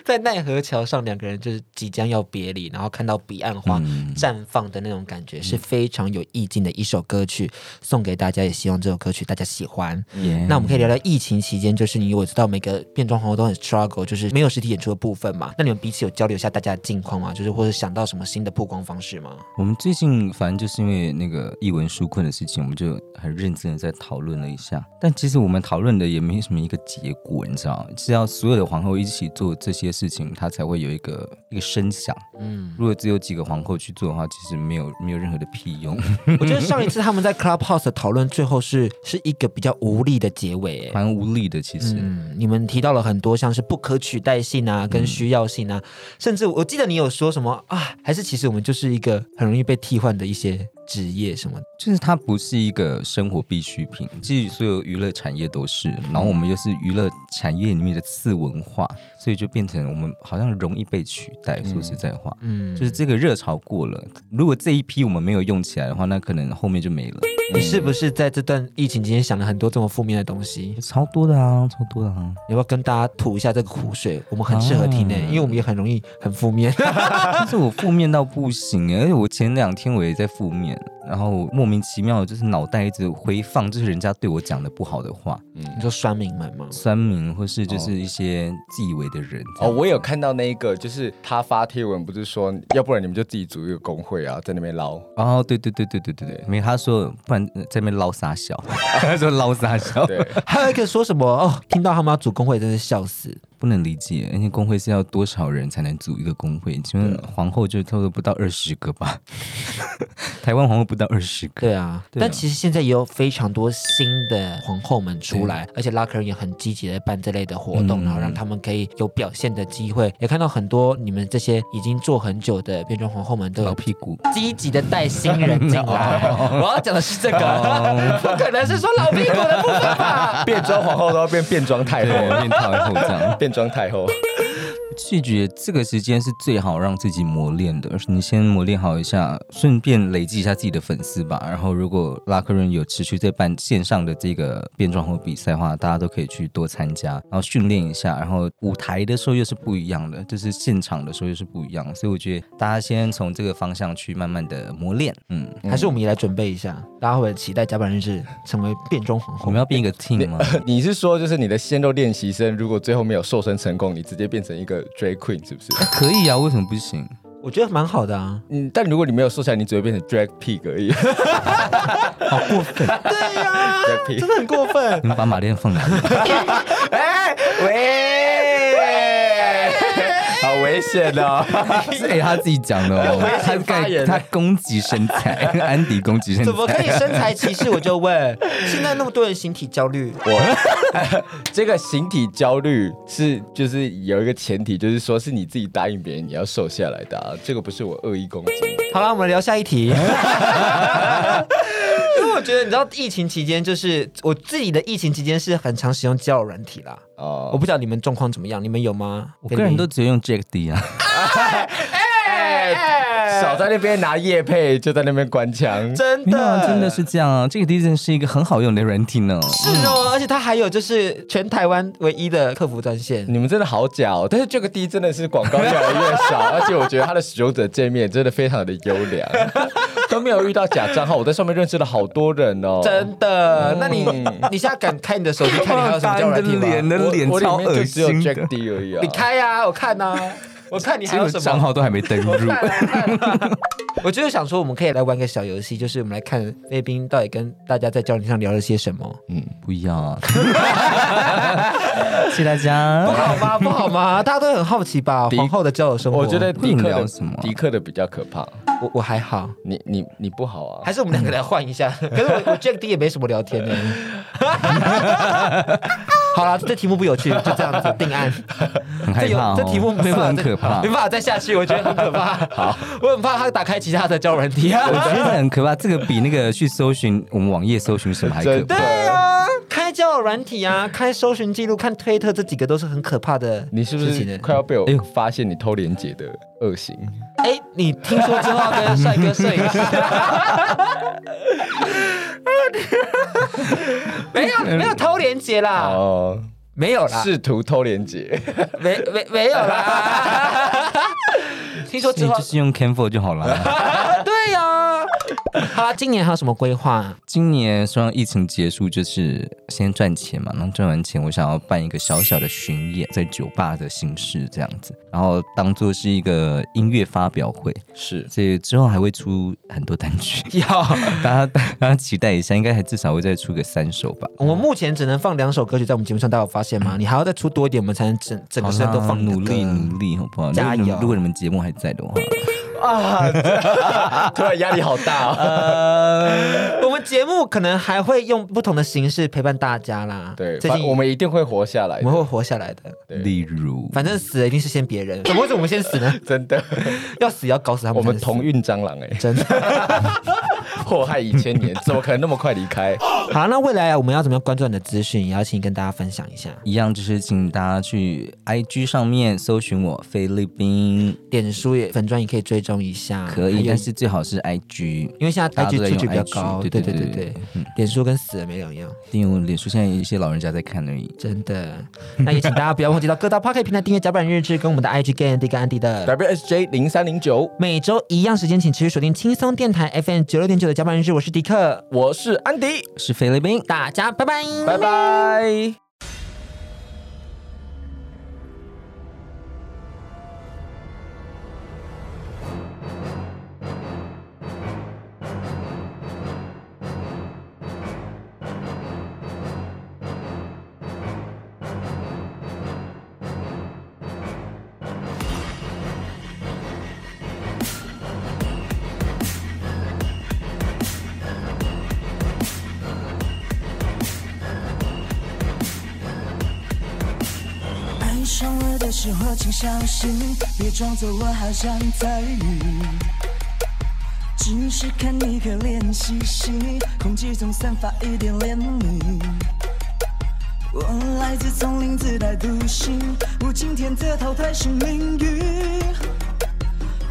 Speaker 2: 在奈何桥上，两个人就是即将要别离，然后看到彼岸花绽放的那种感觉，是非常有意境的一首歌曲，送给大家。也希望这首歌曲大家喜欢。
Speaker 4: 耶
Speaker 2: 那我们可以聊聊疫情期间，就是你我知道每个变装皇后都很 struggle，就是没有实体演出的部分嘛。那你们彼此有交流一下大家的近况吗？就是或者想到什么新的曝光方式吗？
Speaker 4: 我们最近反正就是因为那个译文纾困的事情，我们就很认真的在讨论了一下。但其实我们讨论的也没什么一个结果，你知道，是要所有的皇后一起做这些事情，它才会有一个一个声响。
Speaker 2: 嗯，
Speaker 4: 如果只有几个皇后去做的话，其实没有没有任何的屁用，
Speaker 2: 我觉得上一次他们在 Clubhouse 的讨论，最后是是一个比较无力的结尾、 欸。
Speaker 4: 蛮无力的。其实，
Speaker 2: 嗯，你们提到了很多像是不可取代性啊，跟需要性啊，甚至我记得你有说什么啊，还是其实我们就是一个很容易被替换的一些职业什么的。
Speaker 4: 就是它不是一个生活必需品，其实所有娱乐产业都是。然后我们又是娱乐产业里面的次文化，所以就变成我们好像容易被取代。说实在话，
Speaker 2: 嗯，
Speaker 4: 就是这个热潮过了，如果这一批我们没有用起来的话，那可能后面就没了。
Speaker 2: 你是不是在这段疫情期间想了很多这么负面的东西？
Speaker 4: 超多的啊，超多的啊！
Speaker 2: 要不要跟大家吐一下这个苦水？我们很适合听呢、
Speaker 4: 啊
Speaker 2: 因为我们也很容易很负面。
Speaker 4: 但是我负面到不行，欸而且我前两天我也在负面，然后莫名其妙就是脑袋一直回放，就是人家对我讲的不好的话，
Speaker 2: 你说酸民们吗？
Speaker 4: 酸民或是就是一些自以为的人这
Speaker 3: 哦，
Speaker 4: 样
Speaker 3: 我有看到那一个，就是他发贴文，不是说，要不然你们就自己组一个工会啊，在那边捞。
Speaker 4: 哦，对对对对对对对，没他说，不然呃在那边捞傻笑， 他说捞傻笑，
Speaker 3: 对，
Speaker 2: 还有一个说什么哦，听到他们要组工会，真是笑死。
Speaker 4: 不能理解，而且工会是要多少人才能组一个工会？请问皇后就差不多不到二十个吧？ 台湾皇后不到二十个，
Speaker 2: 对啊，
Speaker 4: 对啊
Speaker 2: 但其实现在也有非常多新的皇后们出来，而且拉克人也很积极的办这类的活动，
Speaker 4: 嗯
Speaker 2: 然后让他们可以有表现的机会。也看到很多你们这些已经做很久的变装皇后们都
Speaker 4: 老
Speaker 2: 有
Speaker 4: 屁股。哦
Speaker 2: 积极的带新人进 来。 我要讲的是这个， 不可能是说老屁股的部分 吧？
Speaker 3: 变装皇后都要变变装太
Speaker 4: 对，
Speaker 3: 后，
Speaker 4: 面套后这 样，
Speaker 3: 变装太后。
Speaker 4: 拒绝这个时间是最好让自己磨练的，而是你先磨练好一下，顺便累积一下自己的粉丝吧。然后，如果拉克人有持续在办线上的这个变装或比赛的话，大家都可以去多参加，然后训练一下。然后舞台的时候又是不一样的，就是现场的时候又是不一样，所以我觉得大家先从这个方向去慢慢的磨练。嗯，
Speaker 2: 还是我们也来准备一下，大家会不会期待甲板日志成为变装皇
Speaker 4: 我
Speaker 2: 后
Speaker 4: 们？要变一个 team 吗？
Speaker 3: 你是说，就是你的鲜肉练习生，如果最后没有瘦身成功，你直接变成一个 drag queen 是不是？
Speaker 4: 可以啊，为什么不行？
Speaker 2: 我觉得蛮好的啊。
Speaker 3: 嗯，但如果你没有瘦下来，你只会变成 drag pig 而已。
Speaker 4: 好过 分！
Speaker 2: 对呀、
Speaker 3: drag
Speaker 4: 哎
Speaker 3: pig
Speaker 2: 真的很过分。
Speaker 4: 你们把马链放哪里？
Speaker 3: 哎、喂，好危险哦！
Speaker 4: 是给他自己讲的哦，他
Speaker 3: 发言
Speaker 4: 他攻击身材，安迪攻击身
Speaker 2: 怎么可
Speaker 4: 材，
Speaker 2: 以身材歧视？我就问，现在那么多人形体焦虑，
Speaker 3: 这个形体焦虑是就是有一个前提，就是说是你自己答应别人你要瘦下来的、啊，这个不是我恶意攻击你。
Speaker 2: 好了，我们聊下一题。 因为我觉得，你知道，疫情期间就是我自己的疫情期间是很常使用交友软体啦。我
Speaker 3: 哦，
Speaker 2: 不知道你们状况怎么样，你们有吗？
Speaker 4: 我个人都只用 Jack D 啊，
Speaker 3: 哎少在那边拿叶配，就在那边关枪。
Speaker 2: 真
Speaker 4: 没有啊
Speaker 2: 的
Speaker 4: 真的是这样啊，Jack D 真的是一个很好用的软体呢。
Speaker 2: 是哦，而且它还有就是全台湾唯一的客服专线。
Speaker 3: 你们真的好假哦！但是这个 D 真的是广告越来越少，而且我觉得它的使用者界面真的非常的优良，都没有遇到假账号。我在上面认识了好多人哦，
Speaker 2: 真的？那你
Speaker 3: 嗯
Speaker 2: 你现在敢开你的手机看你还有什么交友软体
Speaker 4: 打你的脸
Speaker 2: 吗？
Speaker 4: 呢
Speaker 3: 我
Speaker 4: 脸
Speaker 3: 我里
Speaker 4: 超
Speaker 3: 面就
Speaker 4: 恶
Speaker 3: 只有
Speaker 4: 心
Speaker 3: Jack
Speaker 4: 的
Speaker 3: D 而已啊。
Speaker 2: 你开呀，我看呐，我看你还
Speaker 4: 这
Speaker 2: 有
Speaker 4: 个
Speaker 2: 什
Speaker 4: 账
Speaker 2: 么。
Speaker 4: 号都还没登 入，
Speaker 2: 我就是想说，我们可以来玩个小游戏，就是我们来看菲律宾到底跟大家在交友软体上聊了些什 么。
Speaker 4: 不要啊！谢谢大家
Speaker 2: 不。好吗？不好吗？大家都很好奇吧？
Speaker 3: 迪
Speaker 2: 皇后的交友生活，
Speaker 3: 我觉得迪克
Speaker 4: 不能
Speaker 3: 的
Speaker 4: 聊什么啊
Speaker 3: 迪克的比较可怕，
Speaker 2: 我我还好，
Speaker 3: 你你你不好啊
Speaker 2: 还。是我们两个来换 一下。可是我我 Jack D 也没什么聊天呢。 好了，这题目不有趣，就这样子定案。
Speaker 4: 很害
Speaker 2: 这有
Speaker 4: 怕哦
Speaker 2: 这题目没办法，
Speaker 4: 这很可怕
Speaker 2: 没办法再下去，我觉得很可怕。好，我很怕他打开其他的交友软体啊
Speaker 4: 我。觉得很可怕，这个比那个去搜寻我们网页搜寻什么还可
Speaker 3: 真
Speaker 4: 怕。
Speaker 2: 对
Speaker 3: 的，
Speaker 2: 啊，开交友软体啊，开搜寻记录，看推特，这几个都是很可怕的
Speaker 3: 你是不
Speaker 2: 事情欸
Speaker 3: 是
Speaker 2: 呢
Speaker 3: 快要被我
Speaker 4: 哎呦
Speaker 3: 发现你偷连姐的恶行？
Speaker 2: 哎，你听说之后要跟帅哥摄影师？ 没有没有偷连接啦，
Speaker 3: 哦，
Speaker 2: 没有啦，
Speaker 3: 试图偷连姐，
Speaker 2: 没没没有 啦。听说之
Speaker 4: 你
Speaker 2: 后啊
Speaker 4: 就，是用 Canva 就好了。
Speaker 2: 对呀。好啦，今年还有什么规划？
Speaker 4: 今年虽然疫情结束，就是先赚钱嘛，然后赚完钱，我想要办一个小小的巡演，在酒吧的形式这样子，然后当做是一个音乐发表会，
Speaker 3: 是
Speaker 4: 所以之后还会出很多单曲，
Speaker 2: 要
Speaker 4: 大家大家期待一下，应该还至少会再出个三首吧。
Speaker 2: 我们目前只能放两首歌曲在我们节目上，大家有发现吗？你还要再出多一点，我们才能整整个
Speaker 4: 好
Speaker 2: 声
Speaker 4: 啦
Speaker 2: 都放你的
Speaker 4: 努
Speaker 2: 歌
Speaker 4: 力努力，好不好？
Speaker 2: 加油
Speaker 4: 如果你们如果你们节目还在的话，
Speaker 3: 突然压力好大 哦。
Speaker 4: 呃
Speaker 2: 我们节目可能还会用不同的形式陪伴大家啦。
Speaker 3: 对，
Speaker 2: 最
Speaker 3: 反
Speaker 2: 近
Speaker 3: 我们一定会活下来
Speaker 2: 我们
Speaker 3: 的，
Speaker 2: 会活下来的。
Speaker 3: 对
Speaker 4: 例如，
Speaker 2: 反正死了一定是先别 人，怎么会是我们先死呢？
Speaker 3: 真的。
Speaker 2: 要死也要搞死他们。
Speaker 3: 我们同，运蟑螂哎，
Speaker 2: 真的。
Speaker 3: 欸祸害一千年，怎么可能那么快离开？
Speaker 2: 好，那未来啊我们要怎么样关注你的资讯，也要请你跟大家分享一下。
Speaker 4: 一样就是请大家去 IG 上面搜寻我菲律宾，
Speaker 2: 点书也粉砖也可以追踪一下，
Speaker 4: 可以，
Speaker 2: 还有
Speaker 4: 但是最好是 IG，
Speaker 2: 因为现在
Speaker 4: 大
Speaker 2: IG
Speaker 4: 家都在
Speaker 2: 数
Speaker 4: 用
Speaker 2: 据比较
Speaker 4: IG
Speaker 2: 高，
Speaker 4: 对
Speaker 2: 对对
Speaker 4: 对
Speaker 2: 对
Speaker 4: 对嗯
Speaker 2: 对，脸书跟死了没两样，
Speaker 4: 因为我脸书现在有一些老人家在看而已。
Speaker 2: 真的。那也请大家不要忘记到各大 p o c k e t 平台订阅《甲板日志》跟我们的 IG g a n d y 跟安迪的。
Speaker 3: WSJ 零三零九，
Speaker 2: 每周一样时间，请持续锁定轻松电台 FM 九六点九的《甲板日志》，我是迪克，
Speaker 3: 我是安迪，
Speaker 4: 是菲律宾，
Speaker 2: 大家拜拜，
Speaker 3: 拜拜。
Speaker 1: 爱上我的时候请小心，别装作我好像在意。只是看你可怜兮兮，空气中散发一点怜悯。我来自丛林，自带毒性，无情天择淘汰是命运。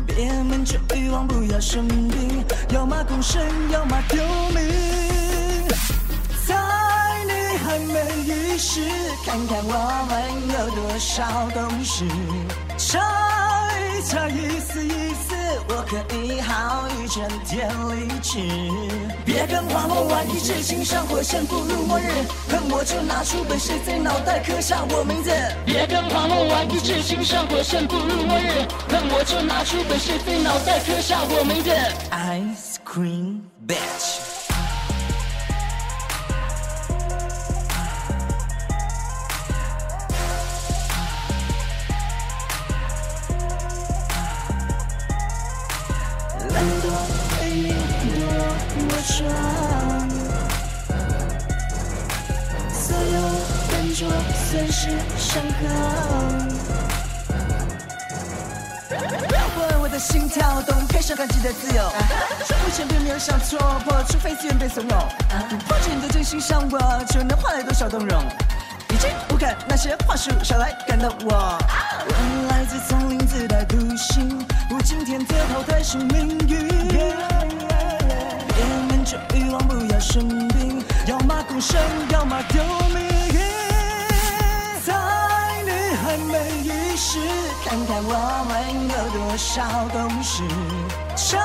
Speaker 1: 别闷着欲望，不要生病，要么共生，要么丢命。在你还没意识，看看我们有多少东西。差一差，一丝一丝，我可以耗一整天力气。别跟泡沫玩一掷，情商火线不入末日。恨我就拿出本事，在脑袋刻下我名字。
Speaker 6: 别跟泡沫玩一掷，情上火线不入末日，恨我就拿出本事，非脑袋刻下我名字。
Speaker 1: Ice cream bitch。懒惰被你多么伤，所有笨拙算是伤痕。问我的心跳动，配上感激的自由。目前并没有想戳破，除非自愿被怂恿。抱着你的真心向我，求能换来多少动容？已经无感那些话术，少来感动我。我来自丛林，自带毒性，无情天择淘汰是命运。别闷着欲望，不要生病，要么共生，要么丢命。在你还没意识，看看我们有多少东西。差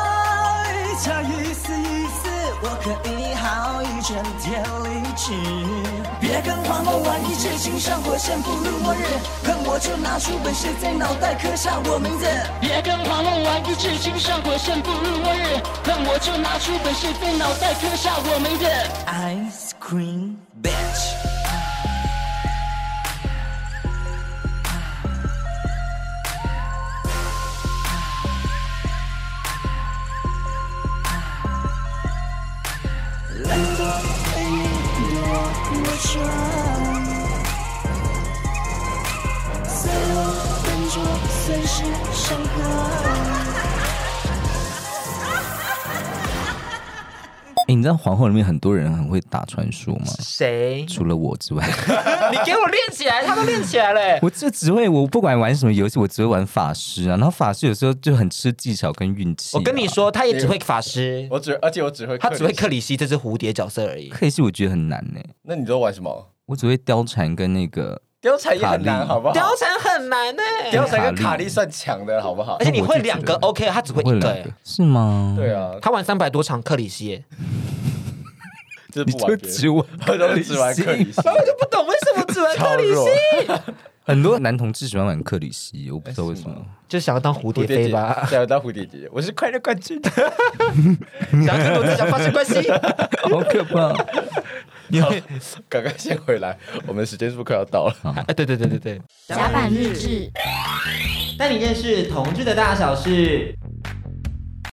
Speaker 1: 一差，一丝一丝，我可以耗一整天力气。别跟泡沫玩一掷，情上火线不入末日。恨我就拿出本事，在脑袋刻下我名字。
Speaker 6: 别跟泡沫玩一掷，情上火线不入末日，恨我就拿出本事，非脑袋刻下我名字。
Speaker 1: Ice cream bitch。懒惰被你多么伤，所有笨拙算是伤痕。
Speaker 4: 哎，你知道皇后里面很多人很会打传说吗？
Speaker 2: 谁？
Speaker 4: 除了我之 外，
Speaker 2: 你给我练起来，他都练起来了、欸。
Speaker 4: 我就只会我不管玩什么游戏，我只会玩法师啊。然后法师有时候就很吃技巧跟运气、啊
Speaker 2: 我跟你，说，他也只会法师，
Speaker 3: 我只而且我只会
Speaker 2: 他只会
Speaker 3: 克
Speaker 2: 克里希这只蝴蝶角色而已。
Speaker 4: 可以是我觉得很难呢、
Speaker 3: 你。那你都玩什么？
Speaker 4: 我只会貂蝉跟那个，
Speaker 3: 貂蝉也很
Speaker 4: 卡
Speaker 3: 难，
Speaker 4: 利
Speaker 3: 好不好？
Speaker 2: 貂蝉很难呢、
Speaker 3: 貂蝉跟
Speaker 4: 卡
Speaker 3: 卡
Speaker 4: 利
Speaker 3: 莉算强的，好不好
Speaker 2: 而？且你会两个 OK，他只会
Speaker 4: 我会
Speaker 2: 一个、
Speaker 4: 两
Speaker 2: 欸
Speaker 4: 个。是吗？
Speaker 3: 对啊，
Speaker 2: 他玩三百多场克里希耶，
Speaker 3: 就是
Speaker 4: 你
Speaker 3: 不玩
Speaker 4: 就
Speaker 3: 别
Speaker 4: 只
Speaker 3: 的，
Speaker 4: 玩
Speaker 3: 我都是只玩克 里希，
Speaker 2: 我就不懂为什么只玩
Speaker 3: 超
Speaker 2: 克里
Speaker 3: 弱
Speaker 2: 希，。
Speaker 4: 很多男同志喜欢玩克里希，我不知道为什
Speaker 3: 哎是
Speaker 4: 么。
Speaker 2: 就想要当蝴蝶飞吧，
Speaker 3: 对，我当蝴蝶姐，我是快乐冠军。
Speaker 2: 想要跟罗志祥发生关系。
Speaker 3: 哎
Speaker 4: 好可怕！
Speaker 3: 你好，刚刚先回来，我们的时间是不是快要到了？
Speaker 2: 哎， 对对对对对，
Speaker 7: 甲板日志。
Speaker 2: 带你认识同志的大小事。